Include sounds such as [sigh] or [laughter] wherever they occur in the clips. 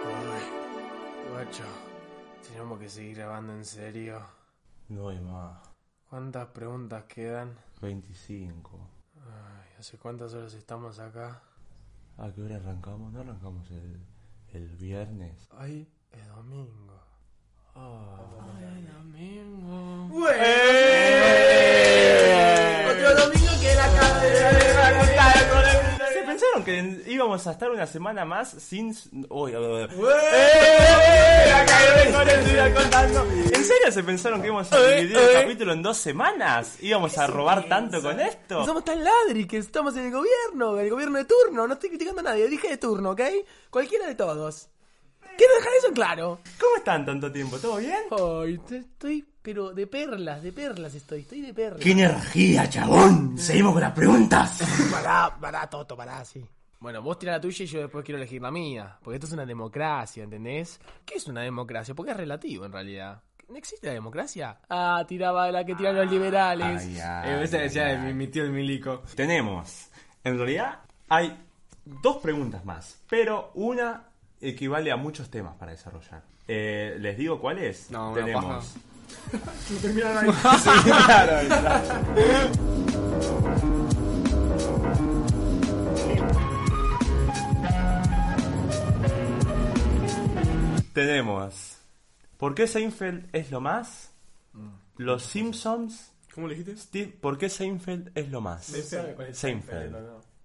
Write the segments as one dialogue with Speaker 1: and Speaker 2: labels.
Speaker 1: Ay, guacho, tenemos que seguir grabando en serio.
Speaker 2: No hay más.
Speaker 1: ¿Cuántas preguntas quedan?
Speaker 2: 25.
Speaker 1: Ay, ¿hace cuántas horas estamos acá?
Speaker 2: ¿A qué hora arrancamos? No arrancamos el, el viernes.
Speaker 1: Ay, es domingo.
Speaker 2: Ah,
Speaker 1: Ay, domingo.
Speaker 3: Bueno, otro domingo que la cabeza
Speaker 2: ¿Se pensaron que en- íbamos a estar una semana más sin... s- Uy, uy, uy. eh, ¿En serio se pensaron que íbamos a dividir el capítulo en dos semanas? ¿Íbamos a robar tanto con esto?
Speaker 3: Somos tan ladri que estamos en el gobierno, el gobierno de turno. No estoy criticando a nadie, dije de turno, ¿ok? Cualquiera de todos. Quiero dejar eso en claro.
Speaker 2: ¿Cómo están tanto tiempo? ¿Todo bien?
Speaker 3: Ay, te- estoy, pero de perlas, de perlas estoy, estoy de perlas.
Speaker 2: energía, chabón! Seguimos con las preguntas.
Speaker 3: Pará, pará, Toto, pará, sí. Bueno, vos tirá la tuya y yo después quiero elegir la mía. Porque esto es una democracia, ¿entendés? ¿Qué es una democracia? Porque es relativo, en realidad. ¿No existe la democracia? Ah, tiraba la que tiran los liberales.
Speaker 2: Ay,
Speaker 1: Eh,
Speaker 2: ay,
Speaker 1: esa decía de
Speaker 2: ay.
Speaker 1: mi, mi tío el milico.
Speaker 2: Tenemos, en realidad, hay dos preguntas más, pero una equivale a muchos temas para desarrollar. Eh, ¿Les digo cuáles?
Speaker 1: No, una
Speaker 2: Tenemos.
Speaker 1: paja.
Speaker 2: [laughs]
Speaker 1: [laughs]
Speaker 2: Sí, [laughs] claro, claro. Tenemos. ¿Por qué Seinfeld es lo más? Los Simpsons.
Speaker 4: ¿Cómo le dijiste?
Speaker 2: Steve, ¿por qué Seinfeld es lo más?
Speaker 4: Seinfeld.
Speaker 2: Seinfeld.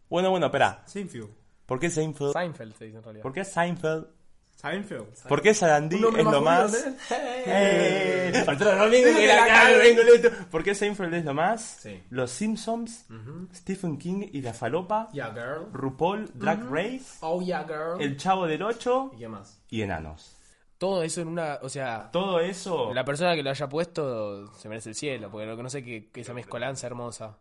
Speaker 2: Bueno, bueno, espera.
Speaker 4: Seinfeld.
Speaker 2: ¿Por qué Seinfeld?
Speaker 3: Seinfeld se dice en realidad.
Speaker 2: ¿Por qué Seinfeld?
Speaker 4: Seinfeld.
Speaker 2: [laughs] ¿Por qué Sarandí es lo más? ¡Eh! Arturo Domingo,
Speaker 4: Sí,
Speaker 2: que era
Speaker 4: la
Speaker 2: acá,
Speaker 4: cara.
Speaker 2: vengo lento. ¿Por qué Seinfeld es lo más?
Speaker 1: Sí.
Speaker 2: Los Simpsons, Stephen King y la falopa,
Speaker 1: Yeah, girl.
Speaker 2: RuPaul, Drag Race,
Speaker 3: Oh yeah, girl.
Speaker 2: El Chavo del Ocho
Speaker 1: ¿Y qué más?
Speaker 2: y enanos.
Speaker 3: Todo eso en una. O sea,
Speaker 2: Todo eso.
Speaker 3: la persona que lo haya puesto se merece el cielo. Porque lo que no sé que, que esa mezcolanza hermosa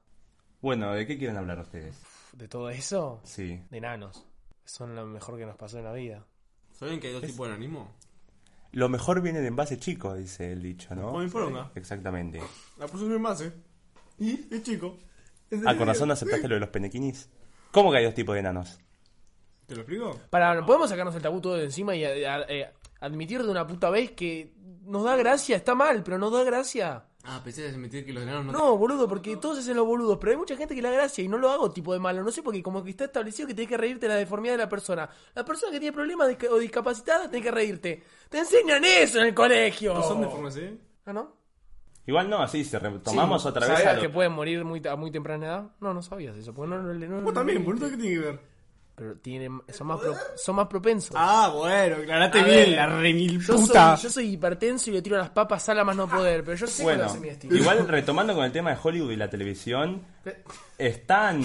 Speaker 2: Bueno, ¿de qué quieren hablar ustedes?
Speaker 3: de todo eso,
Speaker 2: Sí.
Speaker 3: de enanos. Son lo mejor que nos pasó en la vida.
Speaker 4: ¿Saben que hay dos tipos de enanismo?
Speaker 2: Lo mejor viene de envase chico, dice el dicho,
Speaker 4: Como
Speaker 2: ¿no?
Speaker 4: en poronga.
Speaker 2: Exactamente.
Speaker 4: La puso en un envase. Y es chico. Es
Speaker 2: Ah, con razón
Speaker 4: serio.
Speaker 2: aceptaste lo de los penequinis. ¿Cómo que hay dos tipos de enanos?
Speaker 4: ¿Te lo explico?
Speaker 3: Para, ¿podemos sacarnos el tabú todo de encima y eh, a- eh, admitir de una puta vez que nos da gracia? Está mal, pero nos da gracia.
Speaker 4: Ah, pensé de admitir que los enanos no...
Speaker 3: No, boludo, porque todos hacen los boludos, pero hay mucha gente que le da gracia y no lo hago tipo de malo. No sé, porque como que está establecido que tenés que reírte de la deformidad de la persona. La persona que tiene problemas disca- o discapacitada tenés que reírte. Te enseñan eso en el colegio.
Speaker 4: ¿No son de ¿eh? forma así?
Speaker 3: ¿Ah, no?
Speaker 2: Igual no, así se retomamos
Speaker 3: Sí.
Speaker 2: otra vez a
Speaker 3: ¿Sabías
Speaker 2: lo-
Speaker 3: que pueden morir muy, a muy temprana edad? No, no sabías eso, porque no, no, no-
Speaker 4: Vos también, boludo, ¿qué tiene que ver?
Speaker 3: Pero tienen, son, más pro- son más propensos.
Speaker 4: Ah, bueno, aclarate
Speaker 3: A
Speaker 4: bien,
Speaker 3: ver,
Speaker 4: la remil
Speaker 3: Yo
Speaker 4: puta.
Speaker 3: soy, yo soy hipertenso y le tiro las papas sal a más no este poder, pero yo sé cuál
Speaker 2: Bueno,
Speaker 3: hace mi estilo.
Speaker 2: igual retomando con el tema de Hollywood y la televisión, están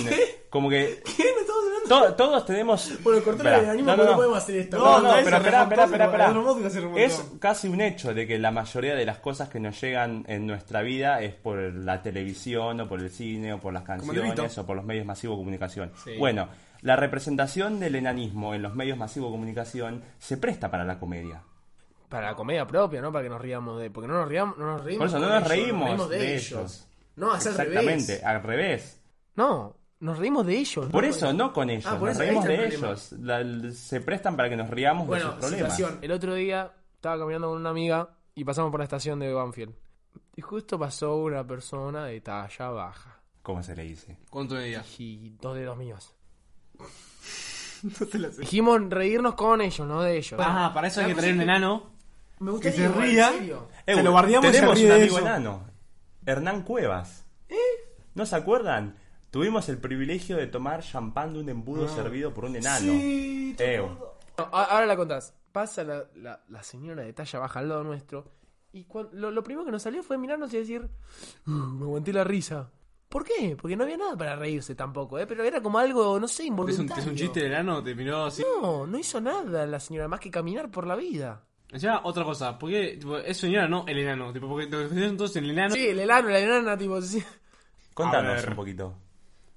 Speaker 2: como que
Speaker 3: ¿Qué? ¿No estamos hablando?
Speaker 2: to- todos tenemos.
Speaker 3: Bueno, cortale
Speaker 2: Pará,
Speaker 3: el ánimo porque no podemos hacer esto.
Speaker 2: No, no,
Speaker 4: No, no,
Speaker 2: pero
Speaker 4: se
Speaker 2: espera,
Speaker 4: remontó,
Speaker 2: espera, espera,
Speaker 4: se remontó, se remontó.
Speaker 2: Es casi un hecho de que la mayoría de las cosas que nos llegan en nuestra vida es por la televisión o por el cine o por las
Speaker 4: Como De Vito.
Speaker 2: canciones o por los medios masivos de comunicación. Bueno, la representación del enanismo en los medios masivos de comunicación se presta para la comedia.
Speaker 3: Para la comedia propia, ¿no? Para que nos riamos de... Porque no nos, riamos, no nos reímos
Speaker 2: Por eso no
Speaker 3: con
Speaker 2: nos
Speaker 3: ellos,
Speaker 2: reímos,
Speaker 3: de, ellos. No, Ah, es al
Speaker 2: Exactamente,
Speaker 3: revés.
Speaker 2: al revés.
Speaker 3: No, nos reímos de ellos. ¿no?
Speaker 2: Por eso, no con ellos,
Speaker 3: Ah, por
Speaker 2: nos
Speaker 3: eso, ahí
Speaker 2: reímos
Speaker 3: está el
Speaker 2: de
Speaker 3: problema.
Speaker 2: ellos. La- se prestan para que nos riamos de
Speaker 3: Bueno,
Speaker 2: sus problemas.
Speaker 3: situación. El otro día estaba caminando con una amiga y pasamos por la estación de Banfield. Y justo pasó una persona de talla baja.
Speaker 2: ¿Cómo se le dice?
Speaker 4: ¿Cuánto medías?
Speaker 3: Y dos dedos míos.
Speaker 4: [laughs] No te la sé.
Speaker 3: Dijimos reírnos con ellos, no de ellos.
Speaker 4: Ah, para eso hay que traer un enano.
Speaker 3: Me
Speaker 4: Que
Speaker 3: gustaría
Speaker 4: se
Speaker 3: igual, en
Speaker 4: ría.
Speaker 3: serio.
Speaker 4: Se
Speaker 2: Eh,
Speaker 4: lo guardiamos y se
Speaker 2: Tenemos
Speaker 4: ríe
Speaker 2: un
Speaker 4: de
Speaker 2: amigo
Speaker 4: eso. ¿Eh?
Speaker 2: enano, Hernán Cuevas. ¿No se acuerdan? Tuvimos el privilegio de tomar champán de un embudo
Speaker 4: Ah,
Speaker 2: servido por un enano. Eh,
Speaker 3: No, a- ahora la contás. Pasa la, la- la señora de talla baja al lado nuestro. Y cuan- lo, lo primero que nos salió fue mirarnos y decir: "Uh, Me aguanté la risa. ¿Por qué? Porque no había nada para reírse tampoco, ¿eh? Pero era como algo, no sé,
Speaker 4: ¿Es un,
Speaker 3: involuntario.
Speaker 4: es un chiste de enano? ¿Te miró así?
Speaker 3: No, no hizo nada la señora más que caminar por la vida.
Speaker 4: Encima, otra cosa. ¿Por qué tipo, es un enano? El enano. Tipo, porque te defendieron todos en el enano.
Speaker 3: Sí, el enano, la enana, tipo. sí.
Speaker 2: contanos
Speaker 4: A ver.
Speaker 2: un poquito.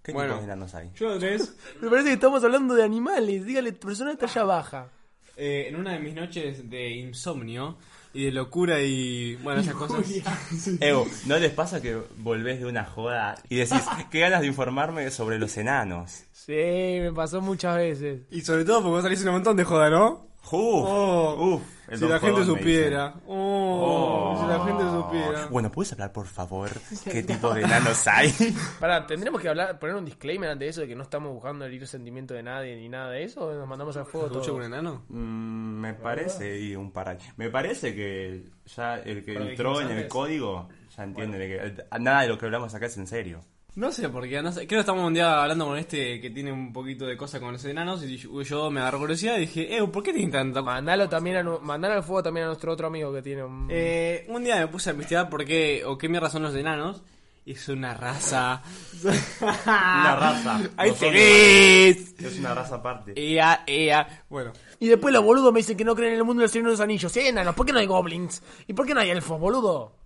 Speaker 2: ¿Qué
Speaker 4: Bueno.
Speaker 2: tipos de enanos hay?
Speaker 4: Yo, Andrés.
Speaker 3: Me parece que estamos hablando de animales. Dígale, persona de talla baja.
Speaker 4: eh, en una de mis noches de insomnio y de locura y bueno, esas cosas. [laughs]
Speaker 2: Evo, ¿no les pasa que volvés de una joda y
Speaker 4: [laughs]
Speaker 2: decís, qué ganas de informarme sobre los enanos?
Speaker 3: Sí, me pasó muchas veces.
Speaker 1: Y sobre todo porque vos salís en un montón de joda, ¿no?
Speaker 2: Uf,
Speaker 1: Oh,
Speaker 2: uf, el
Speaker 1: si
Speaker 2: Don
Speaker 1: la
Speaker 2: Jodón,
Speaker 1: gente
Speaker 2: me
Speaker 1: supiera.
Speaker 2: Oh.
Speaker 1: Oh, si la gente supiera.
Speaker 2: dicen. Bueno, ¿puedes hablar por favor qué tipo de enanos hay?
Speaker 4: [laughs]
Speaker 3: Pará, ¿tendremos que hablar, poner un disclaimer ante eso de que no estamos buscando herir sentimiento de nadie ni nada de eso? ¿O nos mandamos al fuego
Speaker 4: ¿Escucho
Speaker 3: todo?
Speaker 4: un enano?
Speaker 2: Mm, me parece, y un par. Me parece que ya el que
Speaker 3: Pero
Speaker 2: entró
Speaker 3: dijimos
Speaker 2: en el
Speaker 3: antes.
Speaker 2: código ya entiende de que eh, nada de lo que hablamos acá es en serio.
Speaker 4: No sé por qué, no sé. creo que estamos un día hablando con este que tiene un poquito de cosa con los enanos y yo, yo me agarró curiosidad y dije, eh, ¿por qué tienen tanta cosa?
Speaker 3: Mandalo también a nu- mandalo al fuego también a nuestro otro amigo que tiene un...
Speaker 4: Eh, un día me puse a investigar por qué o qué mierda son los enanos. y Es una raza.
Speaker 2: Una raza.
Speaker 4: [laughs] ¡Ahí
Speaker 2: Nosotros-
Speaker 4: tenés!
Speaker 2: Es una raza aparte.
Speaker 3: Eh,
Speaker 4: Ea, ea. Bueno.
Speaker 3: Y después los boludos me dicen que no creen en el mundo del Señor de los Anillos. Sí, enanos, ¿por qué no hay goblins? ¿Y por qué no hay elfos, boludo?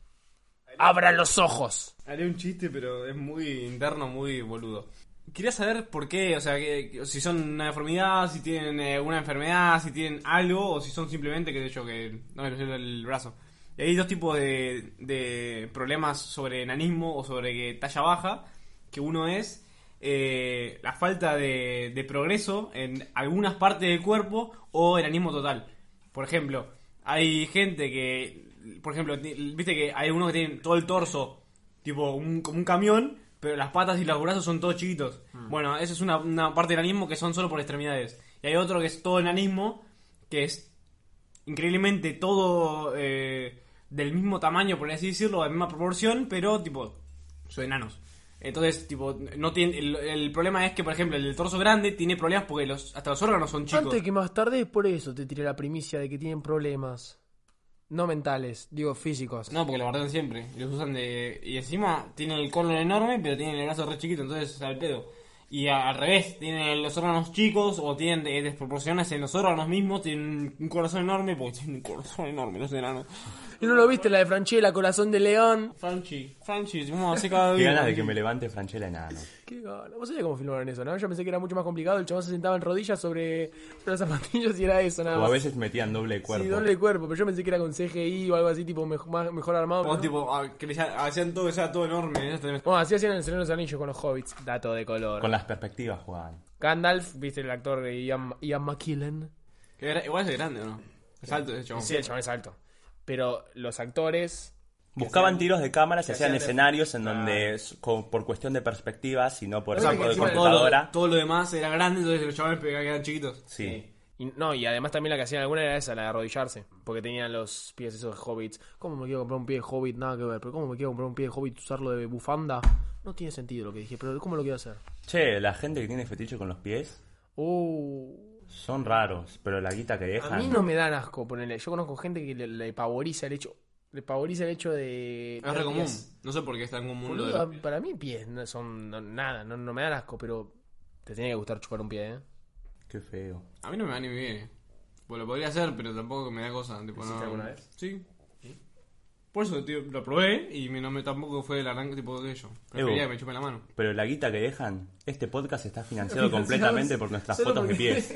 Speaker 3: Abran los ojos.
Speaker 4: Haré un chiste, pero es muy interno, muy boludo. Quería saber por qué, o sea, que, que- si son una deformidad, si tienen eh, una enfermedad, si tienen algo, o si son simplemente, qué sé yo, que no me lesioné el brazo. Y hay dos tipos de, de problemas sobre enanismo o sobre que talla baja, que uno es eh, la falta de, de progreso en algunas partes del cuerpo o enanismo total. Por ejemplo, hay gente que, por ejemplo, ti- viste que hay unos que tienen todo el torso, tipo un- como un camión, pero las patas y los brazos son todos chiquitos. Bueno, esa es una, una parte del enanismo que son solo por extremidades. Y hay otro que es todo enanismo, que es increíblemente todo eh, del mismo tamaño, por así decirlo, de la misma proporción, pero tipo, son enanos. Entonces, tipo, no tiene, el, el problema es que, por ejemplo, el del torso grande tiene problemas porque los, hasta los órganos son chicos.
Speaker 3: Antes que más tarde, por eso te tiré la primicia de que tienen problemas. No mentales, digo físicos.
Speaker 4: No, porque lo guardan siempre. Y los usan de. Y encima tienen el colon enorme, pero tienen el brazo re chiquito, entonces está al pedo. Y a- al revés, tienen los órganos chicos o tienen eh, desproporciones en los órganos mismos, tienen un corazón enorme, porque tienen un corazón enorme, los enanos.
Speaker 3: ¿Y no lo viste la de Franchella, Corazón de León?
Speaker 4: Franchi, Franchi, vamos a
Speaker 2: [laughs]
Speaker 4: hacer cada
Speaker 2: Qué
Speaker 4: día,
Speaker 2: ganas de que
Speaker 4: Franchi.
Speaker 2: me levante Franchella enano.
Speaker 3: Qué gana. Vos sabías cómo filmaron eso, ¿no? Yo pensé que era mucho más complicado. El chabón se sentaba en rodillas sobre, sobre las zapatillas y era eso, nada
Speaker 2: O a
Speaker 3: más.
Speaker 2: veces metían doble cuerpo.
Speaker 3: Sí, doble cuerpo, pero yo pensé que era con CGI o algo así, tipo mejor, más- mejor armado.
Speaker 4: O
Speaker 3: pero no.
Speaker 4: tipo, ah, que le ya- hacían todo, que sea todo enorme. ya tenés-
Speaker 3: Bueno, así hacían en el Señor de los Anillos con los hobbits. Dato de color.
Speaker 2: Con las perspectivas jugaban.
Speaker 3: Gandalf, viste el actor de Ian, Ian McKellen.
Speaker 4: que era- igual es grande, ¿o ¿no? Es alto, de hecho.
Speaker 3: Sí, el chabón es alto. Pero los actores.
Speaker 2: Buscaban tiros de cámara, se hacían
Speaker 3: hacían de-
Speaker 2: escenarios en donde es co- por cuestión de perspectivas y no por
Speaker 3: O sea,
Speaker 2: tipo
Speaker 3: por
Speaker 2: de
Speaker 3: encima de
Speaker 4: todo,
Speaker 2: computadora.
Speaker 4: lo, todo lo demás era grande, entonces los chavales quedan chiquitos.
Speaker 2: Sí.
Speaker 3: Y, no, y además también la que hacían alguna era esa, la de arrodillarse. Porque tenían los pies esos de hobbits. ¿Cómo me quiero comprar un pie de hobbit? Nada que ver. Pero ¿cómo me quiero comprar un pie de hobbit y usarlo de bufanda? No tiene sentido lo que dije, pero ¿cómo lo quiero hacer?
Speaker 2: Che, la gente que tiene fetiche con los pies
Speaker 3: Uh.
Speaker 2: son raros, pero la guita que dejan.
Speaker 3: A mí no me dan asco ponerle. Yo conozco gente que le, le pavoriza el hecho. Le pavoriza el hecho de.
Speaker 4: Es re
Speaker 3: tener
Speaker 4: común.
Speaker 3: pies.
Speaker 4: No sé por qué es tan común lo de
Speaker 3: Boludo,
Speaker 4: los pies.
Speaker 3: para mí pies no son no- nada, no, no me dan asco, pero te tiene que gustar chupar un pie, ¿eh?
Speaker 2: Qué feo.
Speaker 4: A mí no me va ni me viene. Bueno, lo podría hacer, pero tampoco me da cosa. tipo, no-
Speaker 3: alguna vez?
Speaker 4: Sí. Por eso tío, lo probé y me- no me, tampoco fue el arranque tipo de ello.
Speaker 2: Evo.
Speaker 4: Prefería que me chupen la mano.
Speaker 2: Pero la guita que dejan, este podcast está financiado completamente por nuestras fotos de
Speaker 3: [laughs]
Speaker 2: pies.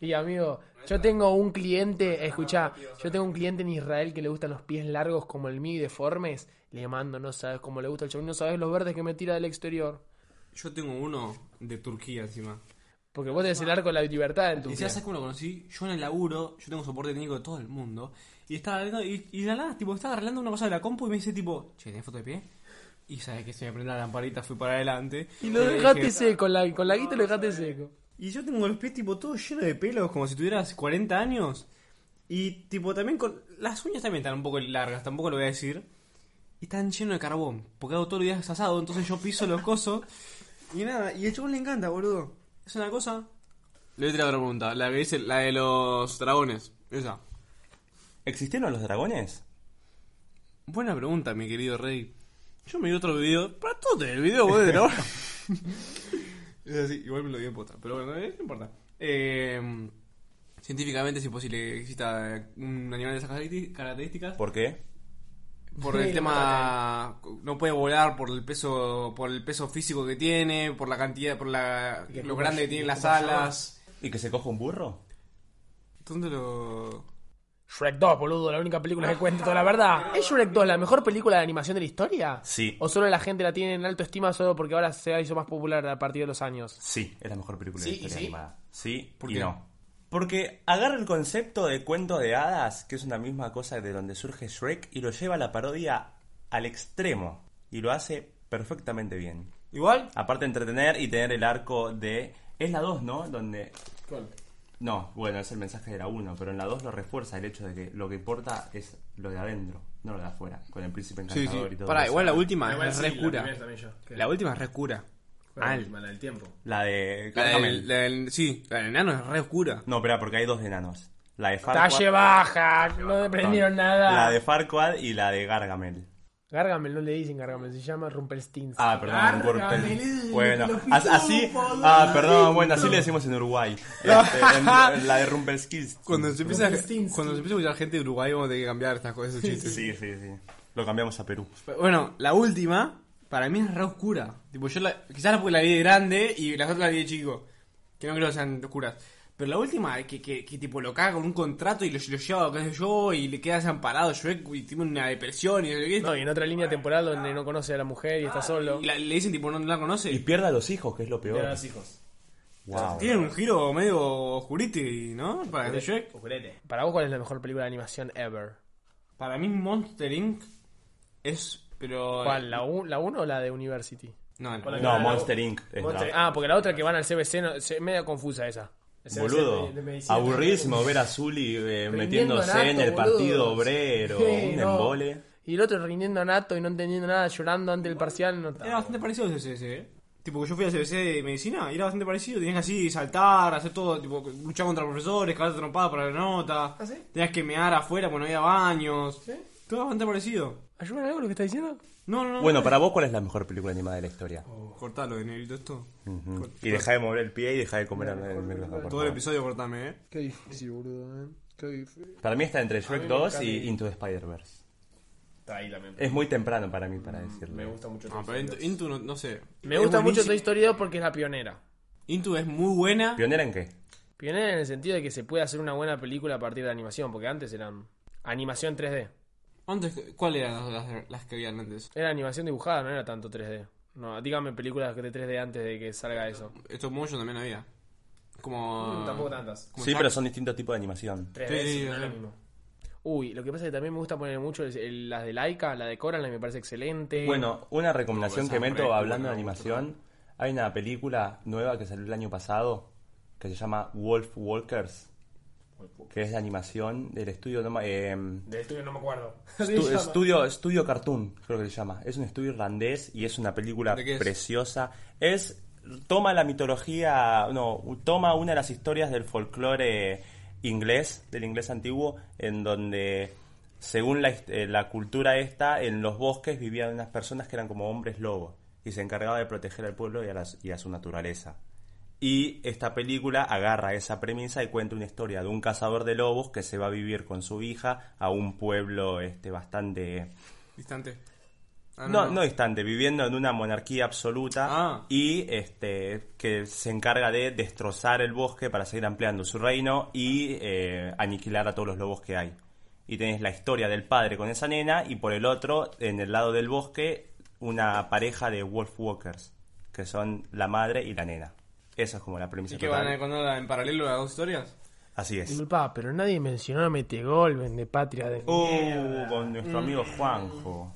Speaker 3: Y amigo, yo tengo un cliente, escucha, yo tengo un cliente en Israel que le gustan los pies largos como el mío y deformes. Le mando, no sabes cómo le gusta el chabón, no sabes los verdes que me tira del exterior.
Speaker 4: Yo tengo uno de Turquía encima.
Speaker 3: Porque vos tenés el arco de la libertad en tu
Speaker 4: Y
Speaker 3: pie.
Speaker 4: ya sabes cómo lo conocí, yo en el laburo, yo tengo soporte técnico de todo el mundo, y estaba hablando, y, y de la nada, tipo, estaba arreglando una cosa de la compu y me dice tipo, che, ¿tenés foto de pie? Y sabes que se me prende la lamparita, fui para adelante.
Speaker 3: Y lo
Speaker 4: le
Speaker 3: dejaste
Speaker 4: dije,
Speaker 3: seco, la- con la guita lo dejaste seco.
Speaker 4: Y yo tengo los pies tipo todo lleno de pelos, como si tuvieras 40 años. Y tipo también con... Las uñas también están un poco largas, tampoco lo voy a decir. Y están llenos de carbón, porque hago todos los días asado, entonces yo piso los cosos. Y nada, y el chabón le encanta, boludo. Es una cosa... Le voy a tirar otra pregunta, la que dice, la de los dragones. Esa.
Speaker 2: ¿Existieron los dragones?
Speaker 4: Buena pregunta, mi querido rey. Yo me vi otro video. Para todo el video, boludo, de dragón. [laughs] es así, igual me lo dio en posta, pero bueno, eh, no importa. Eh, científicamente es imposible que exista un animal de esas caracteri- características.
Speaker 2: ¿Por qué?
Speaker 4: Por el
Speaker 3: Sí,
Speaker 4: tema. No puede volar por el peso. por el peso físico que tiene, por la cantidad, por la.
Speaker 3: que
Speaker 4: lo
Speaker 3: ocupa-
Speaker 4: grande que
Speaker 3: que
Speaker 4: tienen las
Speaker 3: ocupa
Speaker 4: alas.
Speaker 2: ¿Y que se coja un burro?
Speaker 4: ¿Dónde lo...?
Speaker 3: Shrek 2, boludo, la única película que cuenta toda la verdad. ¿Es Shrek 2 la mejor película de animación de la historia?
Speaker 2: Sí.
Speaker 3: ¿O solo la gente la tiene en alto estima solo porque ahora se hizo más popular a partir de los años?
Speaker 2: Sí, es la mejor película
Speaker 3: Sí,
Speaker 2: de
Speaker 3: y
Speaker 2: historia
Speaker 3: sí.
Speaker 2: animada. Sí,
Speaker 4: ¿Por
Speaker 2: y
Speaker 4: qué?
Speaker 2: no. Porque agarra el concepto de cuento de hadas, que es una misma cosa de donde surge Shrek, y lo lleva a la parodia al extremo. Y lo hace perfectamente bien.
Speaker 4: ¿Igual?
Speaker 2: Aparte de entretener y tener el arco de... Es la 2, ¿no? Donde... No, bueno, es el mensaje de la 1, pero en la 2 lo refuerza el hecho de que lo que importa es lo de adentro, no lo de afuera, con el príncipe encantador y todo
Speaker 4: Pará,
Speaker 2: eso.
Speaker 4: igual la última es
Speaker 1: sí,
Speaker 4: re
Speaker 1: la
Speaker 4: cura.
Speaker 1: primera también yo. ¿Qué?
Speaker 4: La última es re oscura.
Speaker 1: Bueno,
Speaker 4: Mal.
Speaker 1: mala del tiempo.
Speaker 2: La de...
Speaker 4: La del,
Speaker 2: Gargamel.
Speaker 4: la del- sí, la del enano es re oscura.
Speaker 2: No, espera, porque hay dos de enanos. La de Farquaad...
Speaker 3: Talle baja, no aprendieron nada.
Speaker 2: La de Farquaad y la de Gargamel.
Speaker 3: Gargamel, no le dicen Gargamel, se llama Rumpelstiltskin.
Speaker 2: Ah, perdón,
Speaker 1: Gargamel,
Speaker 2: Gurpel.
Speaker 1: el
Speaker 2: Bueno,
Speaker 1: pitufo,
Speaker 2: as- así. Ah, perdón, bueno, así le decimos en Uruguay. Este, en- en la de Rumpelskis.
Speaker 4: Cuando se, empieza,
Speaker 1: Rumpelstiltskin.
Speaker 4: cuando se empieza a escuchar gente de Uruguay vamos a tener que cambiar estas cosas, esos chistes.
Speaker 2: Sí, sí, sí. Lo cambiamos a Perú.
Speaker 4: Pero Bueno, la última, para mí es re oscura. Tipo, yo la, quizás la, porque la vi de grande y las otras la vi de chico. Que no creo que sean oscuras. Pero la última, que, que, que tipo lo caga con un contrato y lo, lo lleva, qué sé yo, y le queda desamparado, yo y tiene una depresión y, no sé qué.
Speaker 3: No, y en otra línea temporal donde no conoce a la mujer
Speaker 2: Ah,
Speaker 3: y está solo.
Speaker 4: Y la- le dicen tipo, no, no la conoce.
Speaker 2: Y pierda a los hijos, que es lo
Speaker 1: Tiene
Speaker 2: peor.
Speaker 1: dos hijos.
Speaker 2: Wow.
Speaker 4: Tienen un giro medio oscuriti, ¿no? Para The Shrek.
Speaker 1: Uculele.
Speaker 3: Para vos, ¿cuál es la mejor película de animación ever?
Speaker 4: Para mí Monster Inc. es, pero... eh,
Speaker 3: ¿Cuál? ¿La 1 la uno o la de University?
Speaker 4: No, no.
Speaker 1: Hola,
Speaker 2: No, Monster Inc. es
Speaker 1: Monster-
Speaker 2: la-
Speaker 3: Ah, porque la otra que van al CBC no, se, medio confusa esa.
Speaker 1: Ese
Speaker 2: Boludo,
Speaker 1: es el de medicina.
Speaker 2: aburridísimo ver a Zully eh,
Speaker 3: Rindiendo
Speaker 2: metiéndose
Speaker 3: nato,
Speaker 2: en el
Speaker 3: boludo.
Speaker 2: partido obrero,
Speaker 3: Sí,
Speaker 2: un
Speaker 3: no.
Speaker 2: embole.
Speaker 3: Y el otro rindiendo a Nato y no entendiendo nada, llorando ante el parcial. No
Speaker 4: Era bastante parecido al CBC, ¿eh? Tipo, que yo fui al CBC de medicina y era bastante parecido. Tenías que así saltar, hacer todo, tipo, luchar contra profesores, cagarte trompada para la nota.
Speaker 3: ¿Ah, sí?
Speaker 4: Tenías que mear afuera porque no había baños. Todo bastante parecido.
Speaker 3: ¿Ayudan algo lo que está diciendo?
Speaker 4: No, no, no.
Speaker 2: Bueno, para vos, ¿cuál es la mejor película animada de la historia?
Speaker 4: Oh, Cortalo de negrito esto.
Speaker 2: Ujú.
Speaker 4: Cort-
Speaker 2: Y deja de mover el pie y deja de comer el micrófono. por
Speaker 4: Todo el
Speaker 2: favor.
Speaker 4: episodio cortame, ¿eh?
Speaker 3: Qué difícil, boludo. Qué difícil.
Speaker 2: Para mí está entre Shrek 2 y Into the Spider-Verse.
Speaker 1: Está ahí también.
Speaker 2: Es muy temprano para mí para
Speaker 1: Me
Speaker 2: decirlo.
Speaker 1: gusta mucho.
Speaker 4: No, Ah, pero Intu, Intu no, no sé.
Speaker 3: Me
Speaker 4: Es
Speaker 3: gusta mucho
Speaker 4: buenísimo.
Speaker 3: Toy Story 2 porque es la pionera.
Speaker 4: Intu es muy buena.
Speaker 2: ¿Pionera en qué?
Speaker 3: Pionera en el sentido de que se puede hacer una buena película a partir de la animación, porque antes eran animación 3D.
Speaker 4: Antes, ¿Cuáles eran las, las- las que habían antes?
Speaker 3: Era animación dibujada, no era tanto 3D. No, dígame películas de 3D antes de que salga eso.
Speaker 4: Esto motion también había. Como.
Speaker 3: Mm,
Speaker 1: Tampoco tantas.
Speaker 4: como
Speaker 2: Sí,
Speaker 4: Shark-
Speaker 2: pero son distintos tipos de animación.
Speaker 3: 3D
Speaker 4: Ah. Sí, sí,
Speaker 3: no es
Speaker 4: sí.
Speaker 3: lo mismo. Uy, lo que pasa es que también me gusta poner mucho es el- las de Laika, la de Coraline me parece excelente.
Speaker 2: Bueno, una recomendación
Speaker 4: No,
Speaker 2: que
Speaker 4: esa
Speaker 2: meto
Speaker 4: fue-
Speaker 2: hablando de
Speaker 4: bueno,
Speaker 2: animación, hay una película nueva que salió el año pasado que se llama Wolf Walkers, que es de animación del estudio no ma- eh,
Speaker 1: Del estudio no me acuerdo.
Speaker 2: estu- estudio estudio Cartoon, creo que se llama. Es un estudio irlandés y es una película
Speaker 4: ¿De qué es?
Speaker 2: preciosa. Es toma la mitología, no, toma una de las historias del folclore inglés, del inglés antiguo, en donde según la, hist- eh, la cultura esta, en los bosques vivían unas personas que eran como hombres lobos y se encargaba de proteger al pueblo y a, las- y a su naturaleza. Y esta película agarra esa premisa y cuenta una historia de un cazador de lobos que se va a vivir con su hija a un pueblo este bastante
Speaker 4: Distante. Ah,
Speaker 2: no, no distante, viviendo en una monarquía absoluta
Speaker 4: Ah.
Speaker 2: y este que se encarga de destrozar el bosque para seguir ampliando su reino y eh, aniquilar a todos los lobos que hay. Y tenés la historia del padre con esa nena y por el otro, en el lado del bosque, una pareja de wolf walkers, que son la madre y la nena. Esa es como la premisa
Speaker 4: ¿Y qué
Speaker 2: total.
Speaker 4: van a contar en paralelo las dos historias?
Speaker 2: Así es.
Speaker 3: Disculpa, pero nadie mencionó a Metegol, de Patria de...
Speaker 2: Uh, con nuestro amigo
Speaker 3: Mm.
Speaker 2: Juanjo.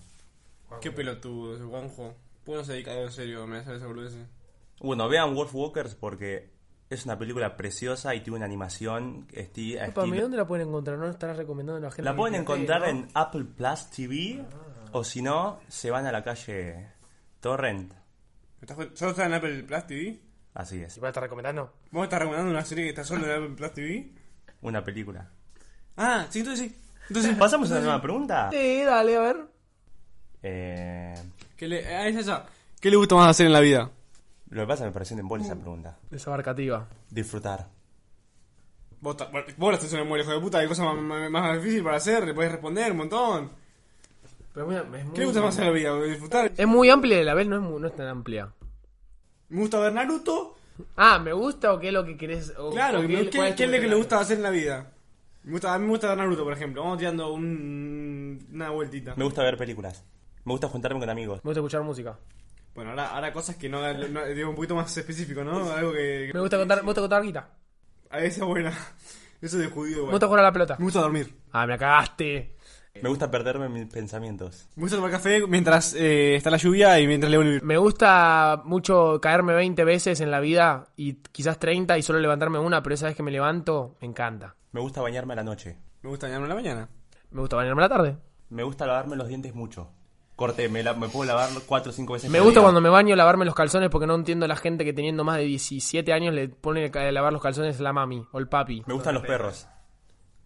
Speaker 4: Qué pelotudo ese Juanjo. ¿Por qué no se dedica a algo en serio? Me hace esa boludez.
Speaker 2: Bueno, vean Wolf Walkers porque es una película preciosa y tiene una animación esti- a
Speaker 3: Disculpame,
Speaker 2: estilo-
Speaker 3: ¿dónde la pueden encontrar? No estarás recomendando a la gente.
Speaker 2: La
Speaker 3: que
Speaker 2: pueden
Speaker 3: esté,
Speaker 2: encontrar
Speaker 3: ¿no?
Speaker 2: en Apple Plus TV o si no, se van a la calle Torrent.
Speaker 4: ¿Estás jod- ¿Solo está en Apple Plus TV?
Speaker 2: Así
Speaker 3: Si
Speaker 2: es,
Speaker 3: vas a estar recomendando.
Speaker 4: ¿Vos estás recomendando una serie que está solo en Apple Plus TV?
Speaker 2: una película.
Speaker 4: Ah, sí, entonces sí. Entonces,
Speaker 3: [laughs]
Speaker 2: ¿Pasamos a la nueva pregunta?
Speaker 3: Sí, dale, a ver.
Speaker 2: Eh,
Speaker 4: ¿qué le, ah, es esa. ¿Qué le gusta más hacer en la vida?
Speaker 2: lo que pasa es que me pareció en embole
Speaker 3: Mm.
Speaker 2: esa pregunta.
Speaker 3: Desabarcativa.
Speaker 2: Disfrutar.
Speaker 4: Vos, ta- vos- vos la estás en el muere, hijo de puta. Hay cosas más, más, más difíciles para hacer. Le podés responder un montón.
Speaker 3: Pero es muy,
Speaker 4: ¿Qué le gusta más hacer en la vida? ¿Disfrutar?
Speaker 3: Es muy amplia y a la vez no es, muy- no es tan amplia.
Speaker 4: ¿Me gusta ver Naruto?
Speaker 3: Ah, ¿me gusta o qué es lo que querés? o- o
Speaker 4: Claro. ¿Qué,
Speaker 3: cuál
Speaker 4: qué,
Speaker 3: es tu
Speaker 4: qué es lo que le
Speaker 3: preferencia?
Speaker 4: gusta hacer en la vida? Me gusta, a mí me gusta ver Naruto, por ejemplo. Vamos tirando un- una vueltita.
Speaker 2: Me gusta ver películas. Me gusta juntarme con amigos.
Speaker 3: Me gusta escuchar música.
Speaker 4: Bueno, ahora, ahora cosas que no, no- digo, un poquito más específico, ¿no? Algo que...
Speaker 3: Me gusta contar, me gusta contar guita.
Speaker 4: A esa buena. Eso de judío,
Speaker 3: Me
Speaker 4: igual.
Speaker 3: gusta jugar a la pelota.
Speaker 4: Me gusta dormir.
Speaker 3: Ah, me la cagaste.
Speaker 2: Me gusta perderme en mis pensamientos.
Speaker 4: Me gusta tomar café mientras eh, está la lluvia y mientras leo un libro.
Speaker 3: Me gusta mucho caerme 20 veces en la vida y quizás 30 y solo levantarme una, pero esa vez que me levanto, me encanta.
Speaker 2: Me gusta bañarme a la noche.
Speaker 4: Me gusta bañarme en la mañana.
Speaker 3: Me gusta bañarme a la tarde.
Speaker 2: Me gusta lavarme los dientes mucho. Corte, me, la- me puedo lavar cuatro o cinco veces.
Speaker 3: Me
Speaker 2: por
Speaker 3: gusta
Speaker 2: día.
Speaker 3: cuando me baño lavarme los calzones porque no entiendo la gente que teniendo más de 17 años le pone a lavar los calzones a la mami o el papi.
Speaker 2: Me gustan los perros.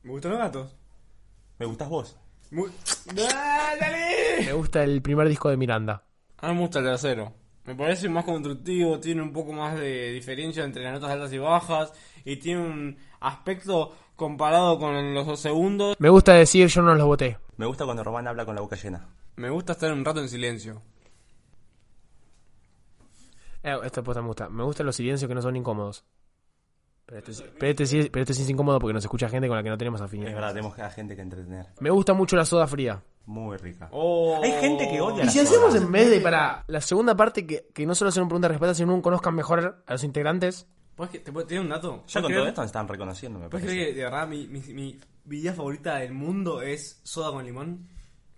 Speaker 4: Me gustan los gatos.
Speaker 2: Me gustas vos.
Speaker 4: Me... gu- ¡Ah, dale!
Speaker 3: Me gusta el primer disco de Miranda.
Speaker 4: A mí me gusta el tercero. Me parece más constructivo, tiene un poco más de diferencia entre las notas altas y bajas y tiene un aspecto comparado con los dos segundos.
Speaker 3: Me gusta decir yo no los voté.
Speaker 2: Me gusta cuando Román habla con la boca llena.
Speaker 4: Me gusta estar un rato en silencio.
Speaker 3: Eh, esta posta me gusta. Me gustan los silencios que no son incómodos. Pero este, sí- pero este sí, pero este sí es incómodo porque nos escucha gente con la que no tenemos
Speaker 2: Es
Speaker 3: afinidad.
Speaker 2: verdad, tenemos a gente que entretener.
Speaker 3: Me gusta mucho la soda fría.
Speaker 2: Muy rica.
Speaker 4: Oh.
Speaker 2: Hay gente que odia
Speaker 3: Y
Speaker 2: la
Speaker 3: si
Speaker 2: soda.
Speaker 3: hacemos en vez de para la segunda parte, que, que no solo hacer una pregunta de respuesta, sino un conozcan mejor a los integrantes.
Speaker 4: ¿Puedes que, te, puedo- ¿Tiene un dato?
Speaker 2: Ya ¿eh?
Speaker 4: ¿Puedes
Speaker 2: con
Speaker 4: creer?
Speaker 2: todo esto me están reconociendo, me
Speaker 4: ¿Puedes
Speaker 2: parece.
Speaker 4: creer que de verdad mi, mi, mi bebida favorita del mundo es soda con limón?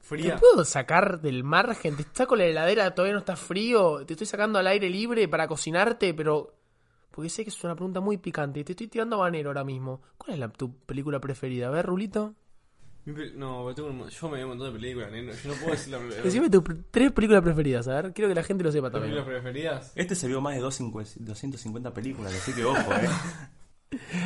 Speaker 3: ¿Te
Speaker 4: Fría.
Speaker 3: puedo sacar del margen? Te saco la heladera, todavía no está frío. Te estoy sacando al aire libre para cocinarte, pero. Porque sé que es una pregunta muy picante. Te estoy tirando banero ahora mismo. ¿Cuál es la- tu película preferida? A ver, Rulito.
Speaker 4: Mi pel- No, pero tengo un mon- yo me veo un montón de películas, neno. Yo no puedo decir la
Speaker 2: [laughs]
Speaker 3: Decime tus pr- tres películas preferidas. A ver, quiero que la gente lo sepa
Speaker 4: las
Speaker 3: también.
Speaker 4: películas preferidas.
Speaker 2: Este se vio más de 250 250 películas, así que ojo,
Speaker 3: [laughs]
Speaker 2: eh.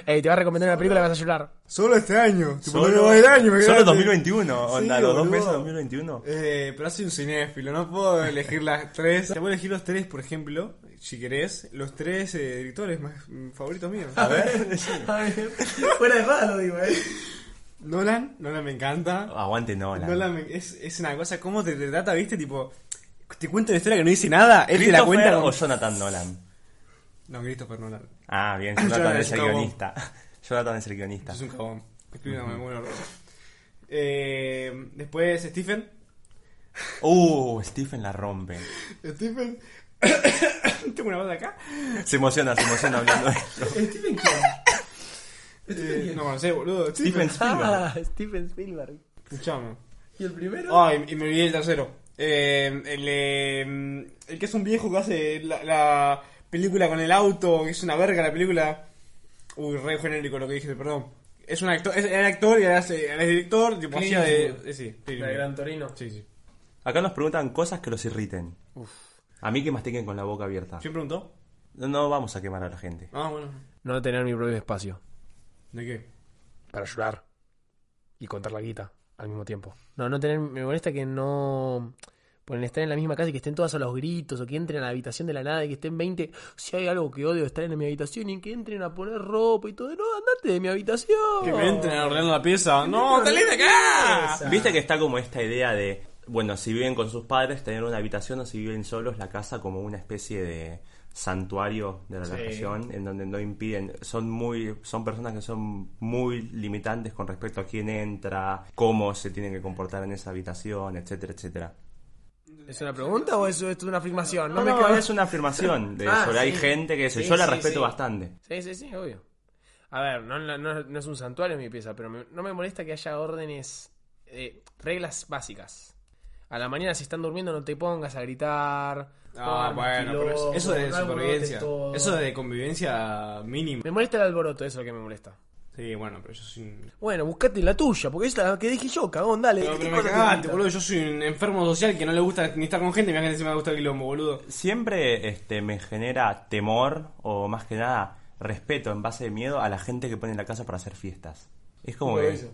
Speaker 3: Ey, Eh, te va a recomendar una película que vas a llorar.
Speaker 4: Solo este año.
Speaker 2: Solo, solo 2021, onda, los dos
Speaker 4: boludo.
Speaker 2: meses de
Speaker 3: [laughs]
Speaker 2: 2021.
Speaker 4: Eh, pero soy un cinéfilo, no puedo elegir las tres. Te puedo elegir los tres, por ejemplo, si querés, los tres eh, directores más mm, favoritos míos.
Speaker 2: A ver,
Speaker 3: Fuera de paz lo digo, eh.
Speaker 4: Nolan, Nolan me encanta.
Speaker 2: aguante Ah, Nolan.
Speaker 4: Nolan me- es, es una cosa, cómo te te trata, viste, tipo, te cuenta una historia que no dice nada, él te la
Speaker 2: ¿Christopher
Speaker 4: cuenta
Speaker 2: o
Speaker 4: con...
Speaker 2: Jonathan Nolan?
Speaker 4: No, Christopher Nolan.
Speaker 2: Ah,
Speaker 3: [laughs]
Speaker 2: bien,
Speaker 4: Jonathan
Speaker 2: Jonathan es el
Speaker 4: Cabo.
Speaker 2: guionista. [laughs] Jonathan es el guionista.
Speaker 4: Es un cabón. Escribe una memoria horrorosa. Eh, después Stephen.
Speaker 2: Uh, Stephen la rompe.
Speaker 4: Stephen. [coughs] Tengo una voz acá.
Speaker 2: Se emociona, se emociona hablando de esto.
Speaker 4: Eh, no conocés, boludo.
Speaker 2: Stephen
Speaker 4: Stephen.
Speaker 2: Spielberg.
Speaker 3: Ah, Steven Spielberg.
Speaker 4: Escuchame.
Speaker 3: ¿Y el primero?
Speaker 4: Ay, y me olvidé el tercero. Eh, el, eh, el que es un viejo que hace la, la película con el auto, que es una verga la película. Uy, re genérico lo que dije, perdón. Es un actor, es, era actor y ahora es, ahora es director, tipo
Speaker 3: Clint
Speaker 4: hacía de.
Speaker 3: Eastwood.
Speaker 4: eh, sí, sí,
Speaker 3: La de Gran Torino.
Speaker 4: Sí, sí.
Speaker 2: Acá nos preguntan cosas que los irriten. A mí que mastiquen con la boca abierta.
Speaker 4: ¿Quién preguntó?
Speaker 2: No, no vamos a quemar a la gente.
Speaker 4: Ah, bueno.
Speaker 3: No tener mi propio espacio.
Speaker 4: ¿De qué?
Speaker 3: Para llorar. Y contar la guita al mismo tiempo. No, no tener. Me molesta que no. Pueden estar en la misma casa y que estén todas a los gritos, o que entren a la habitación de la nada y que estén 20. Si hay algo que odio, estar en mi habitación y que entren a poner ropa y todo. No, andate de mi habitación.
Speaker 4: Que me entren a ordenar la pieza. ¡No, salí de acá!
Speaker 2: Viste que está como esta idea de, bueno, si viven con sus padres, tener una habitación o si viven solos, la casa como una especie de santuario de relajación en donde no impiden, son muy, son personas que son muy limitantes con respecto a quién entra, cómo se tienen que comportar en esa habitación, etcétera, etcétera.
Speaker 3: ¿Es una pregunta o es, es una afirmación?
Speaker 2: No,
Speaker 3: No,
Speaker 2: no,
Speaker 3: me cagas.
Speaker 2: es una afirmación
Speaker 4: [laughs]
Speaker 2: de
Speaker 3: Ah,
Speaker 2: eso, hay
Speaker 3: sí.
Speaker 2: gente que dice,
Speaker 3: Sí,
Speaker 2: yo la
Speaker 3: sí,
Speaker 2: respeto
Speaker 3: sí.
Speaker 2: bastante.
Speaker 3: Sí, sí, sí, obvio. A ver, no, no- no- no es un santuario mi pieza, pero me- no me molesta que haya órdenes, eh, reglas básicas. A la mañana si están durmiendo no te pongas a gritar. no
Speaker 4: Ah,
Speaker 3: armes
Speaker 4: bueno, pero eso,
Speaker 3: quilombo,
Speaker 4: eso de
Speaker 3: no alborotes
Speaker 4: supervivencia.
Speaker 3: todo.
Speaker 4: Eso de convivencia mínima.
Speaker 3: Me molesta el alboroto, eso es lo que me molesta.
Speaker 4: Sí, bueno, pero yo soy un...
Speaker 3: Bueno, buscate la tuya, porque es la que dije yo, cagón, dale.
Speaker 4: Pero, pero me
Speaker 3: Corta tu
Speaker 4: cagaste,
Speaker 3: guita.
Speaker 4: boludo. Yo soy un enfermo social que no le gusta ni estar con gente. Mira que encima me gusta el quilombo, boludo.
Speaker 2: Siempre este, me genera temor o más que nada respeto en base de miedo a la gente que pone en la casa para hacer fiestas. Es como que...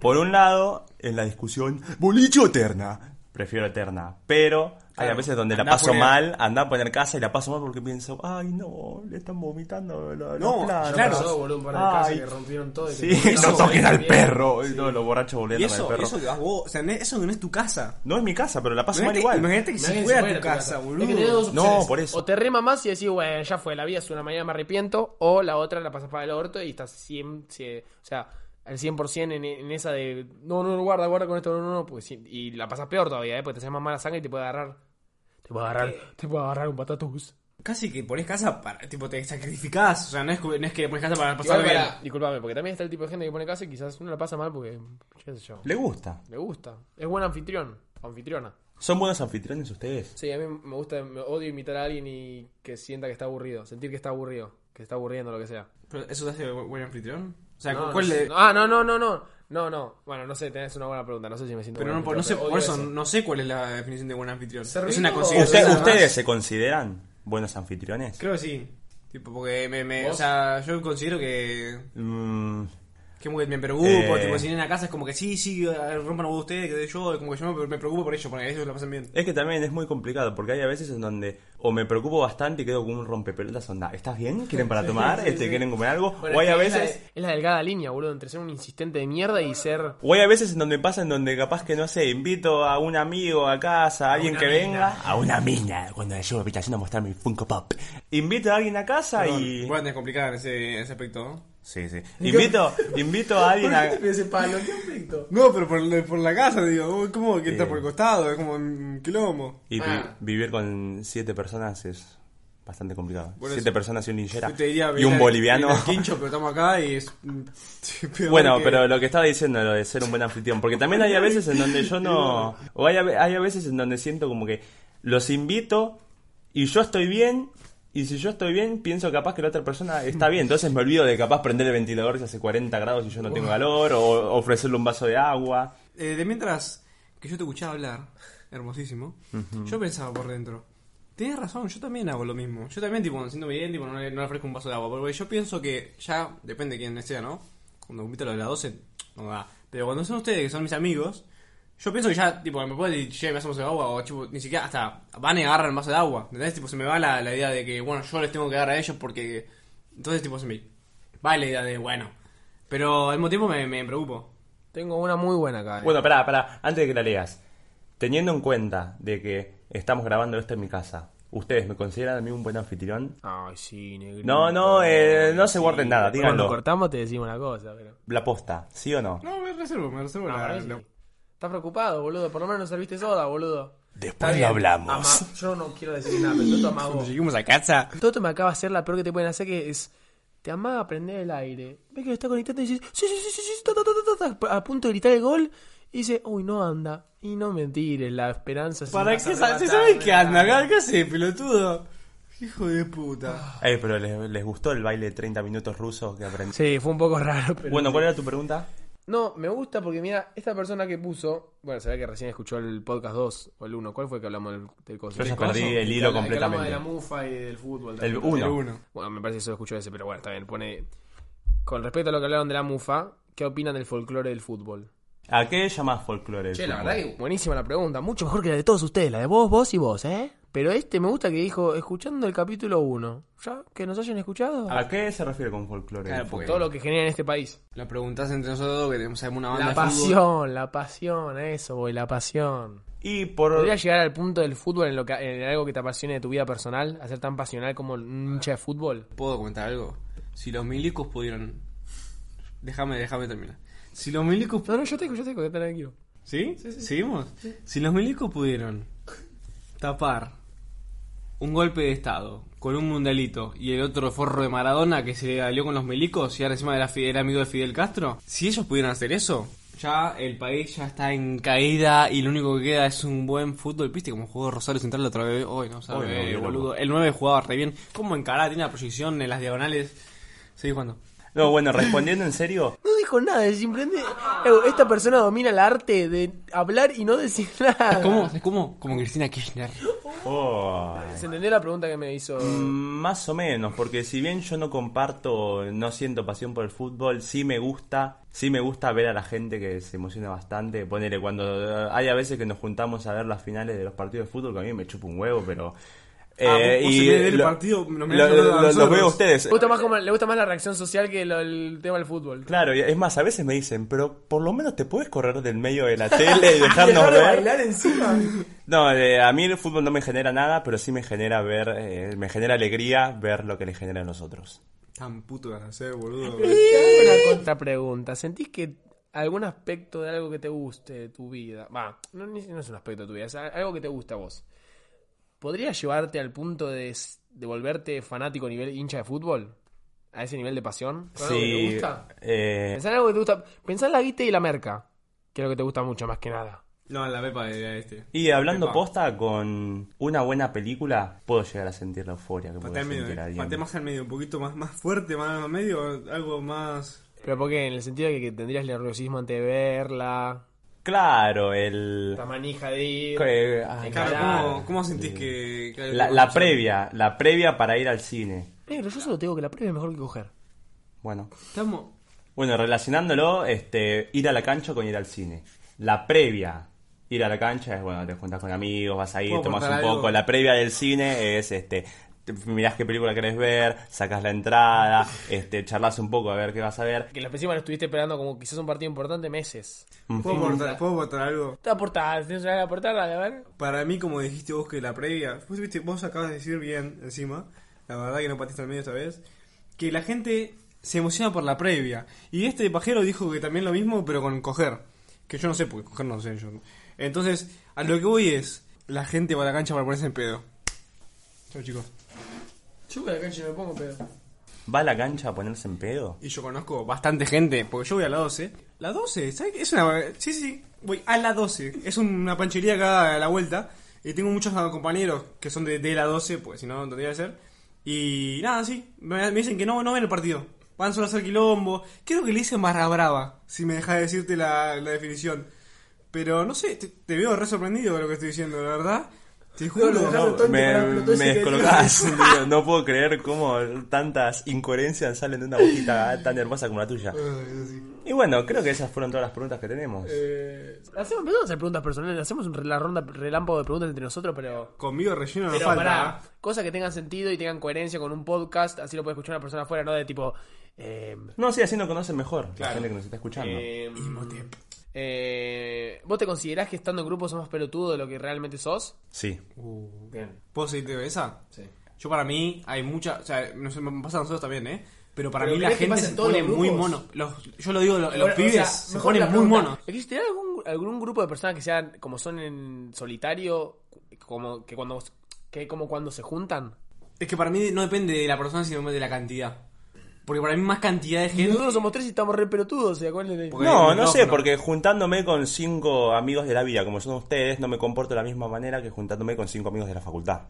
Speaker 2: Por un lado, en la discusión, boliche o terna. Prefiero terna, pero hay
Speaker 4: Claro.
Speaker 2: a veces donde la
Speaker 4: Andá a
Speaker 2: paso
Speaker 4: poner-
Speaker 2: mal, andá a poner casa y la paso mal porque pienso, ay no, le están vomitando la,
Speaker 4: No,
Speaker 2: la
Speaker 4: claro.
Speaker 3: boludo, un par de casas
Speaker 2: Ay.
Speaker 3: que rompieron todo. y
Speaker 2: Sí,
Speaker 3: que-
Speaker 2: no toquen al
Speaker 3: bien.
Speaker 2: perro, y todos los borrachos
Speaker 4: Y
Speaker 2: volviendo al
Speaker 4: eso,
Speaker 2: perro.
Speaker 4: eso que vas vos. O sea, ne- eso que no es tu casa.
Speaker 2: No es mi casa, pero la paso mal
Speaker 4: Imagínate,
Speaker 2: igual.
Speaker 4: imagínate que
Speaker 3: Imagínate
Speaker 4: si
Speaker 3: si
Speaker 4: fuera tu
Speaker 3: fuera
Speaker 4: casa, boludo.
Speaker 3: Es que tenés dos
Speaker 2: No,
Speaker 3: opciones.
Speaker 2: por eso.
Speaker 3: O te remamás y decís, bueno, ya fue, la vida es una mañana, me arrepiento. O la otra la pasas para el orto y estás siempre. O sea, al 100% en, en esa de no, no, no, guarda, guarda con esto, no, no, no, porque si- y la pasas peor todavía, ¿eh? porque te haces más mala sangre y te puede agarrar, te puede agarrar, te puede agarrar un patatús.
Speaker 4: Casi que pones casa para. Tipo, te sacrificás. O sea, no es, no es que pones casa para pasar
Speaker 3: Igual
Speaker 4: bien.
Speaker 3: para- Disculpame, porque también está el tipo de gente que pone casa y quizás uno la pasa mal porque, qué sé yo,
Speaker 2: Le gusta.
Speaker 3: le gusta. Es buen anfitrión, anfitriona.
Speaker 2: ¿Son buenos anfitriones ustedes?
Speaker 3: Sí, a mí me gusta, me odio imitar a alguien y que sienta que está aburrido, sentir que está aburrido, que está aburriendo lo que sea.
Speaker 4: Pero ¿Eso te hace bu- buen anfitrión? O sea,
Speaker 3: No,
Speaker 4: ¿cuál
Speaker 3: no
Speaker 4: de-
Speaker 3: sé. Ah, no, no, no, no. No, no. Bueno, no sé, tenés una buena pregunta. No sé si me siento
Speaker 4: Pero
Speaker 3: buen
Speaker 4: no, no sé,
Speaker 3: anfitrión,
Speaker 4: por
Speaker 3: pero
Speaker 4: eso,
Speaker 3: odio
Speaker 4: no sé cuál es la definición de buen anfitrión.
Speaker 3: ¿Servido
Speaker 4: Es una
Speaker 3: o-
Speaker 4: consigna.
Speaker 2: ¿Usted-
Speaker 4: nada más.
Speaker 2: ¿Ustedes se consideran buenos anfitriones?
Speaker 4: Creo que sí. Tipo, porque me, me- o
Speaker 3: ¿Vos?
Speaker 4: sea, yo considero que,
Speaker 2: Mm,
Speaker 4: que me, me preocupo,
Speaker 2: Eh.
Speaker 4: tipo, si vienen a casa es como que sí, sí, rompan vos ustedes, que yo, como que yo me, me preocupo por ellos, porque ellos la pasan bien.
Speaker 2: es que también es muy complicado porque hay a veces en donde o me preocupo bastante y quedo como un rompepelotas onda. ¿Estás bien? ¿Quieren para tomar? este, ¿Quieren comer algo?
Speaker 3: Bueno,
Speaker 2: o hay
Speaker 3: es
Speaker 2: a
Speaker 3: que es la-
Speaker 2: veces...
Speaker 3: Es la, delgada línea, boludo, entre ser un insistente de mierda y ser.
Speaker 2: O hay a veces en donde pasa en donde capaz que no sé, invito a un amigo a casa, a alguien que venga. A una mina, cuando yo a mi habitación a mostrar mi Funko Pop. Invito a alguien a casa y.
Speaker 4: Bueno, es complicado en ese, en ese aspecto, ¿no?
Speaker 2: Sí, sí. Invito, invito a alguien a.
Speaker 3: ese palo? ¿Qué afecto?
Speaker 4: No, pero por, por la casa, digo, ¿cómo que
Speaker 2: está por el
Speaker 4: costado? Es como un quilombo.
Speaker 2: Eh. Y vi-
Speaker 3: Ah.
Speaker 2: vivir con siete personas es bastante complicado.
Speaker 4: Bueno,
Speaker 2: siete
Speaker 4: sí.
Speaker 2: personas y un ninjera. Y un boliviano. [laughs]
Speaker 4: Quincho, pero estamos acá y es. mm, [laughs]
Speaker 2: Bueno, pero lo que estaba diciendo, lo de ser un buen anfitrión, porque también hay a veces en donde yo no... O hay a, ve- hay a veces en donde siento como que los invito y yo estoy bien, y si yo estoy bien, pienso capaz que la otra persona está bien, entonces me olvido de capaz prender el ventilador si hace 40 grados y yo no tengo calor, o ofrecerle un vaso de agua.
Speaker 4: Eh, de mientras que yo te escuchaba hablar, hermosísimo, yo pensaba por dentro. Tienes razón, yo también hago lo mismo. Yo también, tipo, me siento bien, tipo, no le, no le ofrezco un vaso de agua. Porque yo pienso que ya, depende de quién sea, ¿no? Cuando invito a los de las 12, no da. Pero cuando son ustedes, que son mis amigos, yo pienso que ya, tipo, me pueden decir, che, me hacemos de agua, o tipo, ni siquiera, hasta van y agarran el vaso de agua. ¿Entendés? Tipo, se me va la, la idea de que, bueno, yo les tengo que dar a ellos porque. Entonces, tipo, se me va la idea de, bueno. Pero al mismo tiempo me, me preocupo.
Speaker 3: Tengo una muy buena acá. eh.
Speaker 2: Bueno, pará, pará, antes de que la leas, teniendo en cuenta de que estamos grabando esto en mi casa, ¿ustedes me consideran a mí un buen anfitrión?
Speaker 3: Ay, sí, negro.
Speaker 2: No, no, eh, no se guarden nada,
Speaker 3: Cuando
Speaker 2: díganlo.
Speaker 3: cortamos te decimos una cosa, pero.
Speaker 2: La posta, ¿sí o no?
Speaker 4: No, me reservo, me reservo
Speaker 3: Ah,
Speaker 4: la-
Speaker 3: para mí sí.
Speaker 4: la-
Speaker 3: Estás preocupado, boludo. Por lo menos no serviste soda, boludo. Está
Speaker 2: Después
Speaker 3: bien.
Speaker 2: lo hablamos.
Speaker 3: Ama- Yo no quiero decir nada, pero todo esto amago.
Speaker 4: lleguemos a casa.
Speaker 3: Todo esto me acaba de hacer la peor que te pueden hacer, que es. Te amaga prender el aire. Ves que lo está conectando y dices. Sí, sí, sí, sí, sí, ta, ta, ta, ta, ta", a punto de gritar el gol. Y dice, uy, no anda. Y no me tires la esperanza. si
Speaker 4: ¿Para
Speaker 3: vas
Speaker 4: qué?
Speaker 3: a
Speaker 4: sa-
Speaker 3: rematar,
Speaker 4: ¿Se sabe
Speaker 3: no
Speaker 4: qué
Speaker 3: es
Speaker 4: anda?
Speaker 3: nada.
Speaker 4: acá? ¿Qué hace, pelotudo? Hijo de puta.
Speaker 2: Eh, pero les, les gustó el baile de 30 minutos ruso que aprendí.
Speaker 3: Sí, fue un poco raro, pero.
Speaker 2: Bueno, ¿cuál era tu pregunta?
Speaker 3: No, me gusta porque mira, esta persona que puso. Bueno, se ve que recién escuchó el podcast 2 o el 1. ¿Cuál fue que hablamos del, del coso?
Speaker 2: Yo ya
Speaker 3: ¿Del coso?
Speaker 2: perdí el hilo
Speaker 3: Que habla- que hablamos
Speaker 2: completamente.
Speaker 3: de la mufa y del fútbol.
Speaker 2: El
Speaker 3: también.
Speaker 2: 1.
Speaker 3: Bueno, me parece que solo escuchó ese, pero bueno, está bien. Pone. Con respecto a lo que hablaron de la mufa, ¿qué opinan del folclore del fútbol?
Speaker 2: ¿A qué llamás folclore? el fútbol?
Speaker 3: Buenísima la pregunta, mucho mejor que la de todos ustedes, la de vos, vos y vos, ¿eh? Pero este me gusta que dijo, escuchando el capítulo 1, ¿ya? ¿Que nos hayan escuchado?
Speaker 2: ¿A qué se refiere con folclore?
Speaker 4: Claro,
Speaker 2: el
Speaker 4: porque
Speaker 2: fútbol?
Speaker 3: Todo lo que genera en este país.
Speaker 4: La preguntás entre nosotros dos que tenemos alguna banda
Speaker 3: La
Speaker 4: de fútbol.
Speaker 3: pasión, la pasión, a eso voy, la pasión.
Speaker 2: Y por...
Speaker 3: ¿Podrías llegar al punto del fútbol en, lo que, en algo que te apasione de tu vida personal? ¿Hacer tan pasional como un hincha de fútbol?
Speaker 4: ¿Puedo comentar algo? Si los milicos pudieron... Déjame, déjame terminar. Si los milicos...
Speaker 3: No, no, yo te digo, yo te digo, quédate tranquilo.
Speaker 4: ¿Sí? ¿Seguimos? Si los milicos pudieron tapar un golpe de estado con un mundialito y el otro forro de Maradona que se le alió con los milicos y ahora encima era, Fide- era amigo de Fidel Castro, si ellos pudieron hacer eso, ya el país ya está en caída y lo único que queda es un buen fútbol, viste, como jugó Rosario Central la otra vez, hoy no
Speaker 2: Hoy no,
Speaker 4: sabe, eh,
Speaker 2: qué loco.
Speaker 4: boludo. El 9 jugaba re bien, como encarada, tiene la proyección en las diagonales, seguí jugando.
Speaker 2: No, bueno, respondiendo en serio,
Speaker 3: No dijo nada, simplemente... Evo, Esta persona domina el arte de hablar y no decir nada.
Speaker 4: ¿Cómo? ¿Sabes ¿Cómo? Como Cristina Kirchner.
Speaker 2: oh,
Speaker 3: ¿Se entendió la pregunta que me hizo?
Speaker 2: más o menos, porque si bien yo no comparto, no siento pasión por el fútbol, sí me gusta, sí me gusta ver a la gente que se emociona bastante, ponele cuando eh, hay a veces que nos juntamos a ver las finales de los partidos de fútbol, que a mí me chupa un huevo, pero...
Speaker 4: Ah,
Speaker 2: eh,
Speaker 4: vos- vos en vez de ver el partido, nos mirás
Speaker 2: lo-
Speaker 4: a
Speaker 2: lo- los
Speaker 4: nosotros.
Speaker 2: veo a ustedes.
Speaker 3: Le gusta, más como- le gusta más la reacción social que lo- el tema del fútbol.
Speaker 2: Claro, y es más, a veces me dicen, pero por lo menos te puedes correr del medio de la
Speaker 4: [laughs]
Speaker 2: tele y dejarnos
Speaker 3: Dejar de
Speaker 2: ver.
Speaker 3: bailar encima.
Speaker 2: No, eh, a mí el fútbol no me genera nada, pero sí me genera ver, eh, me genera alegría ver lo que le genera a nosotros.
Speaker 4: Tan puto ganas de ser, [laughs] boludo.
Speaker 3: Te hago una contrapregunta. ¿Sentís que algún aspecto de algo que te guste de tu vida, va, no, ni- no es un aspecto de tu vida, es a- algo que te gusta a vos, podría llevarte al punto de, s- de volverte fanático a nivel hincha de fútbol? ¿A ese nivel de pasión? ¿Con algo que te
Speaker 2: Sí,
Speaker 3: gusta?
Speaker 2: eh,
Speaker 3: Pensá en algo que te gusta. Pensá en la guita y la merca, que es lo que te gusta mucho más que nada.
Speaker 4: No, la pepa era este.
Speaker 2: y hablando
Speaker 4: Epa.
Speaker 2: posta, con una buena película puedo llegar a sentir la euforia que puede
Speaker 4: Patea al medio,
Speaker 2: sentir
Speaker 4: eh.
Speaker 2: alguien.
Speaker 4: Patea más al medio, un poquito más, más fuerte, más al medio, algo más.
Speaker 3: Pero porque en el sentido de que tendrías nerviosismo ante verla,
Speaker 2: Claro, el...
Speaker 3: la manija de ir.
Speaker 2: eh, ay,
Speaker 3: Claro,
Speaker 4: Claro,
Speaker 3: Claro.
Speaker 4: ¿cómo, cómo sentís que.? que-
Speaker 2: La, la previa, la previa para ir al cine.
Speaker 3: Negro, yo solo te digo que la previa es mejor que coger.
Speaker 2: Bueno.
Speaker 4: Estamos.
Speaker 2: Bueno, relacionándolo, este, ir a la cancha con ir al cine. La previa, ir a la cancha es, bueno, te juntas con amigos, vas ahí,
Speaker 4: ¿Puedo
Speaker 2: tomas un
Speaker 4: aportar
Speaker 2: poco.
Speaker 4: algo?
Speaker 2: La previa del cine es, este, te- mirás qué película querés ver, sacas la entrada, este, charlas un poco a ver qué vas a ver.
Speaker 3: Que la encima lo estuviste esperando como quizás un partido importante meses.
Speaker 4: ¿Puedo aportar, ¿Puedo aportar algo?
Speaker 3: Te aportás, tienes una que aportar, dale, a ver.
Speaker 4: Para mí, como dijiste vos que la previa, vos, viste, vos acabas de decir bien encima, la verdad que no patiste al medio esta vez, que la gente se emociona por la previa. Y este pajero dijo que también lo mismo, pero con coger. Que yo no sé, porque coger no sé yo. Entonces, a lo que voy es, la gente va a la cancha para ponerse en pedo. Chao chicos.
Speaker 3: Yo voy a la cancha y me pongo pedo.
Speaker 2: ¿Va a la cancha a ponerse en pedo?
Speaker 4: Y yo conozco bastante gente, porque yo voy a la 12. La 12, ¿sabes? qué? Es una... Sí, sí, voy a la 12. Es una panchería acá a la vuelta. Y tengo muchos compañeros que son de, de la 12, pues si no, no tendría que ser. Y nada, sí. Me, me dicen que no, no ven el partido. Van solo a hacer quilombo. Creo que le dicen barra brava, si me dejas decirte la, la definición. Pero no sé, te, te veo re sorprendido de lo que estoy diciendo, la verdad. Te juro.
Speaker 1: lo dejaste todo el
Speaker 2: me,
Speaker 1: tiempo, explotó ese
Speaker 2: me
Speaker 1: que-
Speaker 2: descolocás, [laughs] tío. no puedo creer cómo tantas incoherencias salen de una boquita tan hermosa como la tuya. Y bueno, creo que esas fueron todas las preguntas que tenemos.
Speaker 1: Eh,
Speaker 3: Hacemos, empezamos a hacer preguntas personales, hacemos un- la ronda relámpago de preguntas entre nosotros, pero.
Speaker 4: Conmigo relleno no
Speaker 3: Pero
Speaker 4: falta.
Speaker 3: pará,
Speaker 4: ¿eh?
Speaker 3: cosas que tengan sentido y tengan coherencia con un podcast, así lo puede escuchar una persona afuera, ¿no? De tipo. Eh,
Speaker 2: No, sí, así nos conocen mejor
Speaker 4: Claro.
Speaker 2: la gente que nos está escuchando.
Speaker 3: eh, eh, ¿Vos te considerás que estando en grupo sos más pelotudo de lo que realmente sos?
Speaker 2: Sí.
Speaker 3: Bien,
Speaker 4: ¿Puedo seguirte esa?
Speaker 3: sí.
Speaker 4: Yo para mí hay mucha, o sea, no sé, me pasa a nosotros también, ¿eh? Pero para
Speaker 3: Pero
Speaker 4: mí la
Speaker 3: ¿crees que
Speaker 4: gente
Speaker 3: pasa
Speaker 4: se
Speaker 3: en todos
Speaker 4: pone
Speaker 3: los
Speaker 4: muy
Speaker 3: grupos?
Speaker 4: mono. Los, yo lo digo, los, los
Speaker 3: O
Speaker 4: pibes
Speaker 3: sea,
Speaker 4: se
Speaker 3: mejor la
Speaker 4: ponen muy
Speaker 3: pregunta,
Speaker 4: monos.
Speaker 3: ¿Existirá algún, algún grupo de personas que sean como son en solitario, como que cuando que como cuando se juntan?
Speaker 4: Es que para mí no depende de la persona, sino de la cantidad. Porque para mí más cantidad de gente...
Speaker 3: Nosotros somos tres y estamos re pelotudos, ¿se acuerdan? de-
Speaker 4: Porque-
Speaker 2: No,
Speaker 4: el
Speaker 2: no sé,
Speaker 4: micrófono.
Speaker 2: porque juntándome con cinco amigos de la vida, como son ustedes, no me comporto de la misma manera que juntándome con cinco amigos de la facultad.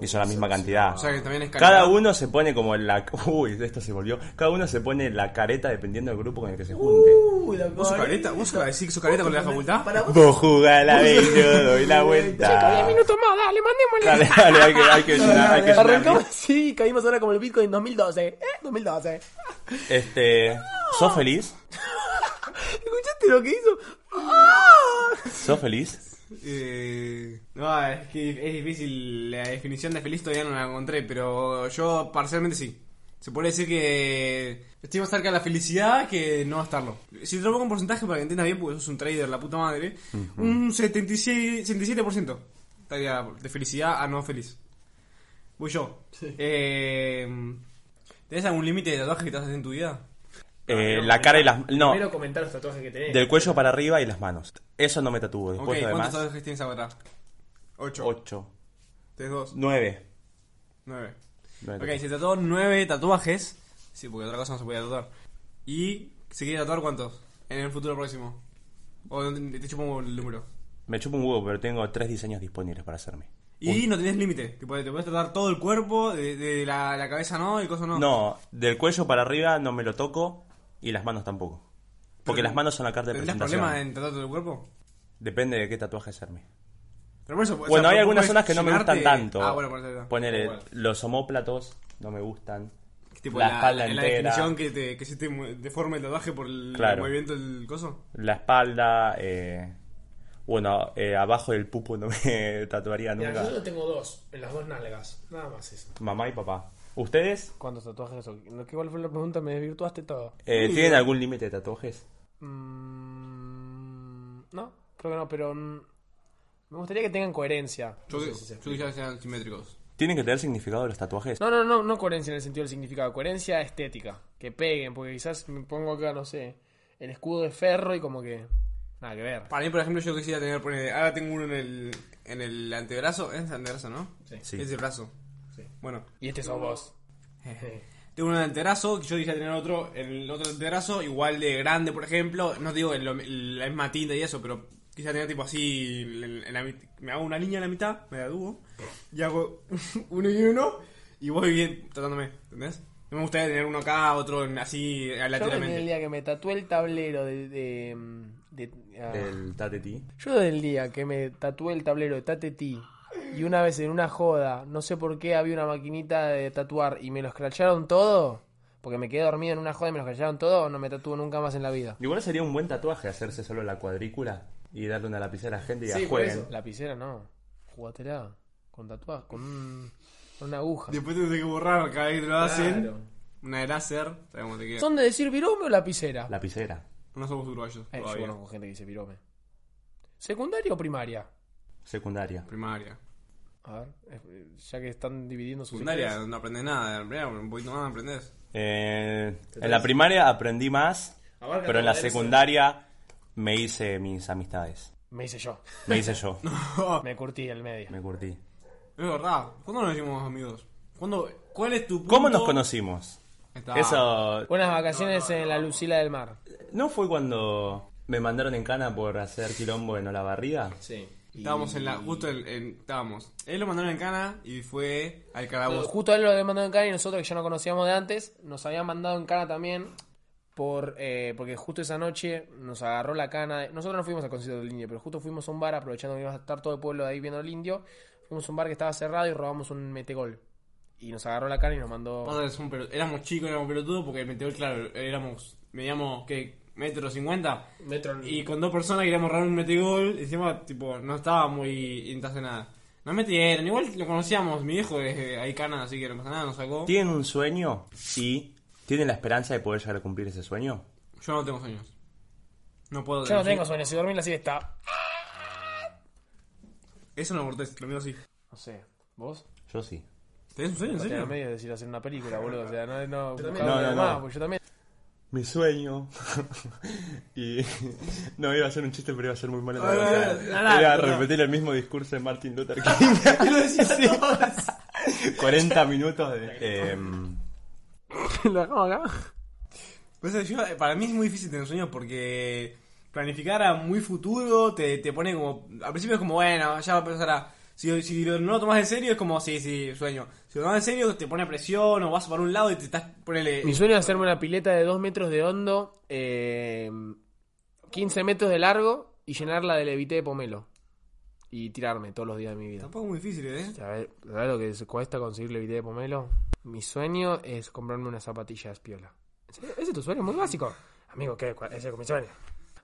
Speaker 2: Y son la misma cantidad.
Speaker 4: O sea que también es
Speaker 2: Cada
Speaker 4: cantidad.
Speaker 2: uno se pone como la... [laughs] Uy, esto se volvió. Cada uno se pone la careta dependiendo del grupo con el que se junte.
Speaker 3: Uy, la
Speaker 4: ¿Vos sos careta? ¿Vos sos decir que sos careta con la facultad?
Speaker 2: Vos jugá la B y yo doy la vuelta.
Speaker 3: 10 minutos más, dale, mandémosle.
Speaker 2: Dale, dale, hay que, hay que llenar, hay que llenar.
Speaker 3: Arrancamos así, caímos ahora como el Bitcoin en 2012. ¿Eh? 2012.
Speaker 2: Este, ¿sos feliz?
Speaker 3: ¿Escuchaste lo que hizo?
Speaker 4: Ah.
Speaker 2: ¿Sos feliz?
Speaker 4: Eh, no, es que es difícil. La definición de feliz todavía no la encontré, pero yo parcialmente sí. Se puede decir que estoy más cerca de la felicidad que no estarlo. Si te lo pongo en porcentaje para que entiendas bien, porque sos un trader, la puta madre, un 76, 77% estaría de felicidad a no feliz. Voy yo. Eh, ¿Tenés algún límite de tatuaje que te haces en tu vida?
Speaker 2: Eh, la cara y las... No,
Speaker 3: Primero comentar los tatuajes que tenés.
Speaker 2: del cuello para arriba y las manos. Eso no me tatúo.
Speaker 4: Ok,
Speaker 2: Después
Speaker 4: ¿cuántos
Speaker 2: lo demás...
Speaker 4: tatuajes tienes ahora? 8.
Speaker 2: 8,
Speaker 4: ¿Tenés dos?
Speaker 2: 9.
Speaker 4: 9.
Speaker 2: Nueve
Speaker 4: Ok,
Speaker 2: tatuajes.
Speaker 4: se tatuó nueve tatuajes. Sí, porque otra cosa no se podía tatuar. ¿Y se quiere tatuar cuántos? En el futuro próximo. O te te chupo el número.
Speaker 2: Me chupo un huevo, pero tengo tres diseños disponibles para hacerme.
Speaker 4: Y no tenés límite. Tipo, te puedes tatuar todo el cuerpo, de, de la, la cabeza no, el coso no.
Speaker 2: No, del cuello para arriba no me lo toco y las manos tampoco. Porque las manos son la carta de
Speaker 4: ¿Tendrás
Speaker 2: presentación.
Speaker 4: problema en tatuar todo el cuerpo?
Speaker 2: Depende de qué tatuaje hacerme.
Speaker 4: Pero por eso, o sea,
Speaker 2: bueno, hay
Speaker 4: vos
Speaker 2: algunas
Speaker 4: podés
Speaker 2: zonas que no me
Speaker 4: llenarte-
Speaker 2: gustan tanto.
Speaker 4: Ah, bueno, por eso. está.
Speaker 2: Ponele,
Speaker 4: Bueno.
Speaker 2: los homóplatos no me gustan.
Speaker 4: Tipo,
Speaker 2: la,
Speaker 4: la,
Speaker 2: espalda
Speaker 4: la
Speaker 2: entera.
Speaker 4: definición que, te, que se te mu- deforme el tatuaje por el
Speaker 2: Claro.
Speaker 4: movimiento del coso.
Speaker 2: La espalda. eh, bueno, eh, abajo del pupo no me [laughs] tatuaría nunca.
Speaker 3: tengo dos, en las dos nalgas. Nada más eso.
Speaker 2: Mamá y papá. ¿Ustedes
Speaker 3: ¿Cuántos tatuajes son? No, que ¿Cuál fue la pregunta? Me desvirtuaste todo.
Speaker 2: eh, tienen algún límite de tatuajes?
Speaker 3: Mm, no, creo que no, pero mm, me gustaría que tengan coherencia.
Speaker 4: Yo,
Speaker 3: No sé
Speaker 4: que-
Speaker 3: si se-
Speaker 4: yo que ya sean simétricos.
Speaker 2: ¿Tienen que tener significado los tatuajes?
Speaker 3: No, no, no, no coherencia en el sentido del significado, coherencia estética, que peguen, porque quizás me pongo acá, no sé, el escudo de ferro y como que nada que ver.
Speaker 4: Para mí, por ejemplo, yo quisiera tener, poner, ahora tengo uno en el, en el antebrazo, ¿eh? es antebrazo, ¿no?
Speaker 2: Sí.
Speaker 4: Es el brazo. Bueno,
Speaker 3: Y este sos vos.
Speaker 4: tengo uno en el antebrazo, que yo quisiera tener otro, en el otro antebrazo, igual de grande, por ejemplo, no digo en lo- en la misma tinta y eso, pero quisiera tener tipo así, en- en la mit- me hago una línea en la mitad, me la dubo, y hago [laughs] uno y uno, y voy bien tratándome, ¿entendés? No me gustaría tener uno acá, otro en- así
Speaker 3: Yo desde el
Speaker 4: lateralmente.
Speaker 3: día que me tatué el tablero de... de, de- ah.
Speaker 2: El tateti.
Speaker 3: Yo del día que me tatué el tablero de Tate T y una vez en una joda, no sé por qué había una maquinita de tatuar y me lo escracharon todo, porque me quedé dormido en una joda y me lo escracharon todo, no me tatúo nunca más en la vida.
Speaker 2: Igual sería un buen tatuaje hacerse solo la cuadrícula y darle una lapicera a la gente y
Speaker 4: Sí,
Speaker 2: a
Speaker 4: por
Speaker 2: jueguen.
Speaker 4: eso.
Speaker 3: Lapicera no, jugatela, con tatuaje, con, un- con una aguja.
Speaker 4: Después tenés que borrar cada vez que te lo hacen.
Speaker 3: Claro.
Speaker 4: Una de láser, sabes cómo te queda.
Speaker 3: ¿Son de decir virome o lapicera?
Speaker 2: Lapicera.
Speaker 4: No somos uruguayos
Speaker 3: Eh, yo
Speaker 4: todavía.
Speaker 3: conozco gente que dice virome. ¿Secundaria o primaria?
Speaker 2: Secundaria.
Speaker 4: Primaria.
Speaker 3: A ver, eh, ya que están dividiendo sus
Speaker 4: Secundaria
Speaker 3: ideas.
Speaker 4: no aprendes nada, en realidad, un poquito más aprendes.
Speaker 2: Eh, en la primaria aprendí más,
Speaker 4: Abarca
Speaker 2: pero en la
Speaker 4: todo eso.
Speaker 2: secundaria me hice mis amistades.
Speaker 3: Me hice yo,
Speaker 2: Me hice
Speaker 4: [laughs]
Speaker 2: yo.
Speaker 4: Ah.
Speaker 3: me curtí el medio.
Speaker 2: Me curtí.
Speaker 4: Es verdad. ¿Cuándo nos hicimos amigos? ¿Cuándo, ¿Cuál es tu punto?
Speaker 2: ¿Cómo nos conocimos?
Speaker 4: Ahí está.
Speaker 2: Eso.
Speaker 3: Buenas vacaciones en la Lucila del Mar.
Speaker 2: ¿No fue cuando me mandaron en cana por hacer quilombo en Olavarría?
Speaker 3: Sí.
Speaker 4: Estábamos en la. Justo en, en- Estábamos. Él lo mandaron en cana y fue al calabozo.
Speaker 3: Justo a él lo habían mandado en cara y nosotros que ya no conocíamos de antes, nos habían mandado en cara también. Por, eh, porque justo esa noche nos agarró la cana. Nosotros no fuimos al concierto del indio, pero justo fuimos a un bar, aprovechando que iba a estar todo el pueblo ahí viendo al indio. Fuimos a un bar que estaba cerrado y robamos un metegol. Y nos agarró la cana y nos mandó.
Speaker 4: Pasa que son pelo- Éramos chicos, éramos pelotudos porque el meteor, claro, éramos. Medíamos, ¿qué? ¿Metro cincuenta?
Speaker 3: Metro
Speaker 4: Y con dos personas queríamos robar un metegol, encima, tipo, no estaba muy intentando nada. Nos metieron, igual lo conocíamos, mi viejo es eh, Aicana, así que no pasa nada, nos sacó.
Speaker 2: ¿Tienen un sueño? Sí. ¿Tienen la esperanza de poder llegar a cumplir ese sueño?
Speaker 4: Yo no tengo sueños. No puedo
Speaker 3: Yo no
Speaker 4: tener
Speaker 3: tengo sueño, si dormí la siesta.
Speaker 4: Eso no cortés, lo mío sí.
Speaker 3: No sé, ¿vos?
Speaker 2: Yo sí.
Speaker 4: ¿Tenés un sueño, en
Speaker 3: No te
Speaker 4: serio?
Speaker 3: dan medio de decir hacer una película, boludo. O sea, no, no,
Speaker 2: No,
Speaker 3: no,
Speaker 2: no, no.
Speaker 3: yo también.
Speaker 2: Mi sueño. [laughs] y no iba a ser un chiste, pero iba a ser muy malo.
Speaker 4: Ah,
Speaker 2: O sea,
Speaker 4: ah, ah,
Speaker 2: era
Speaker 4: ah,
Speaker 2: repetir el mismo discurso de Martin Luther King.
Speaker 4: Yo lo decía todo.
Speaker 2: [laughs] 40 minutos de. em,
Speaker 3: ¿Lo dejamos acá?
Speaker 4: Por eso Pues, eh, yo- para mí es muy difícil tener sueños porque planificar a muy futuro te, te pone como. Al principio es como, bueno, ya va a empezar a. Si, si lo- no lo tomas en serio, es como, sí, sí, sueño. Si lo tomas en serio, te pone presión o vas para un lado y te estás. Ponele.
Speaker 3: Mi sueño es hacerme una pileta de 2 metros de hondo, eh, 15 metros de largo y llenarla de levité de pomelo. Y tirarme todos los días de mi vida.
Speaker 4: Tampoco es muy difícil, ¿eh?
Speaker 3: ¿Sabes sabés lo que es- cuesta conseguir levité de pomelo? Mi sueño es comprarme unas zapatillas piola. ¿En serio? ¿Ese es tu sueño? Muy básico. Amigo, ¿qué? ¿Cuál- Ese es mi sueño.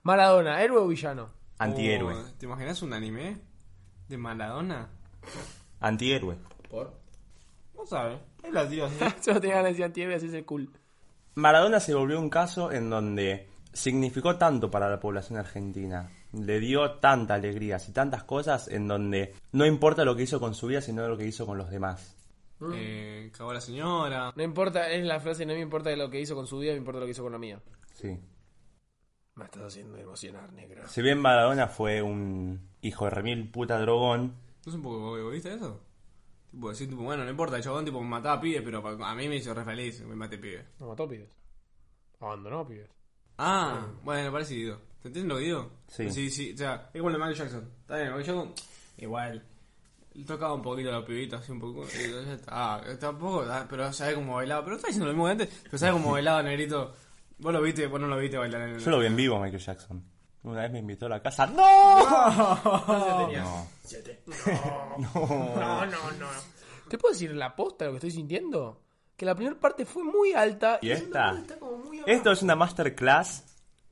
Speaker 3: Maradona, héroe o villano.
Speaker 2: antihéroe.
Speaker 4: Oh, ¿Te imaginas un anime? ¿De Maradona?
Speaker 2: Antihéroe.
Speaker 4: No sabes. Él la tira así.
Speaker 3: [laughs] Yo tenía ganas de decir antihéroe, así es el cool.
Speaker 2: Maradona se volvió un caso en donde significó tanto para la población argentina, le dio tantas alegrías y tantas cosas en donde no importa lo que hizo con su vida, sino lo que hizo con los demás.
Speaker 4: eh, cagó a la señora.
Speaker 3: No importa, es la frase, no me importa lo que hizo con su vida, me importa lo que hizo con la mía.
Speaker 2: Sí.
Speaker 3: Me estás haciendo emocionar, negro.
Speaker 2: Si bien Maradona fue un hijo de remil puta drogón,
Speaker 4: ¿No es un poco egoísta eso? Tipo, decir, tipo, bueno, no importa, el chabón tipo mataba pibes, pero pa- a mí me hizo re feliz, me maté pibes.
Speaker 3: No mató pibes. Abandonó pibes.
Speaker 4: Ah, bueno, parecido. ¿Te entiendes lo que digo?
Speaker 2: Sí.
Speaker 4: Sí, sí, o sea, es como el de Michael Jackson. Está bien, Michael Jackson, igual. Tocaba un poquito a los pibitos, así un poco. y ya está. Ah, tampoco, ah, pero sabe cómo bailaba. Pero está diciendo lo mismo de antes, pero sabe cómo bailaba, negrito. Vos lo viste, vos no lo viste bailar en el.
Speaker 2: yo lo vi en vivo a Michael Jackson. Una vez me invitó a la casa. ¡No! No.
Speaker 3: No, no, no. ¿Te puedo decir la posta de lo que estoy sintiendo? Que la primera parte fue muy alta
Speaker 2: ¿Y
Speaker 3: la segunda
Speaker 2: esta?
Speaker 3: parte está como muy abajo.
Speaker 2: Esto es una masterclass.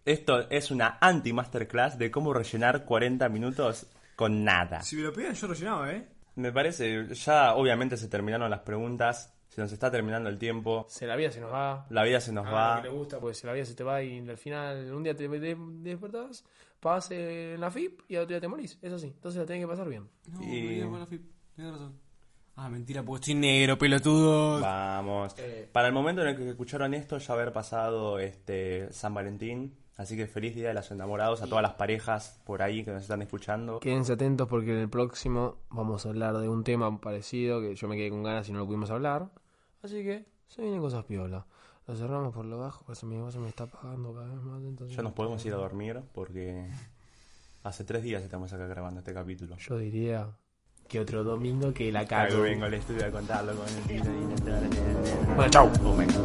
Speaker 2: Esto es una anti-masterclass de cómo rellenar 40 minutos con nada.
Speaker 4: Si me lo pedían, yo rellenaba, eh.
Speaker 2: Me parece, ya obviamente se terminaron las preguntas, se nos está terminando el tiempo,
Speaker 3: Se la vida se nos va.
Speaker 2: la vida se nos
Speaker 3: Lo que le
Speaker 2: va.
Speaker 3: gusta, pues se la vida se te va y al final un día te te despertás, pagás en la FIP y al otro día te morís. Es así. Entonces la tenés que pasar bien.
Speaker 4: No,
Speaker 2: Y-
Speaker 4: me dio buena flip, tenés razón. Ah, mentira, porque estoy negro, pelotudo.
Speaker 2: Vamos.
Speaker 3: Eh.
Speaker 2: Para el momento en el que escucharon esto, ya haber pasado este San Valentín. Así que feliz día de los enamorados a todas las parejas por ahí que nos están escuchando.
Speaker 3: Quédense atentos porque en el próximo vamos a hablar de un tema parecido que yo me quedé con ganas y no lo pudimos hablar. Así que se vienen cosas piola. Lo cerramos por lo bajo, parece que mi voz se me está apagando cada vez más. Entonces
Speaker 2: Ya nos podemos ir a dormir porque hace tres días estamos acá grabando este capítulo.
Speaker 3: Yo diría que otro domingo que la
Speaker 2: Acá
Speaker 3: cago.
Speaker 2: vengo al estudio a contarlo con el Tito y el-
Speaker 3: Bueno, chau.
Speaker 2: Momento.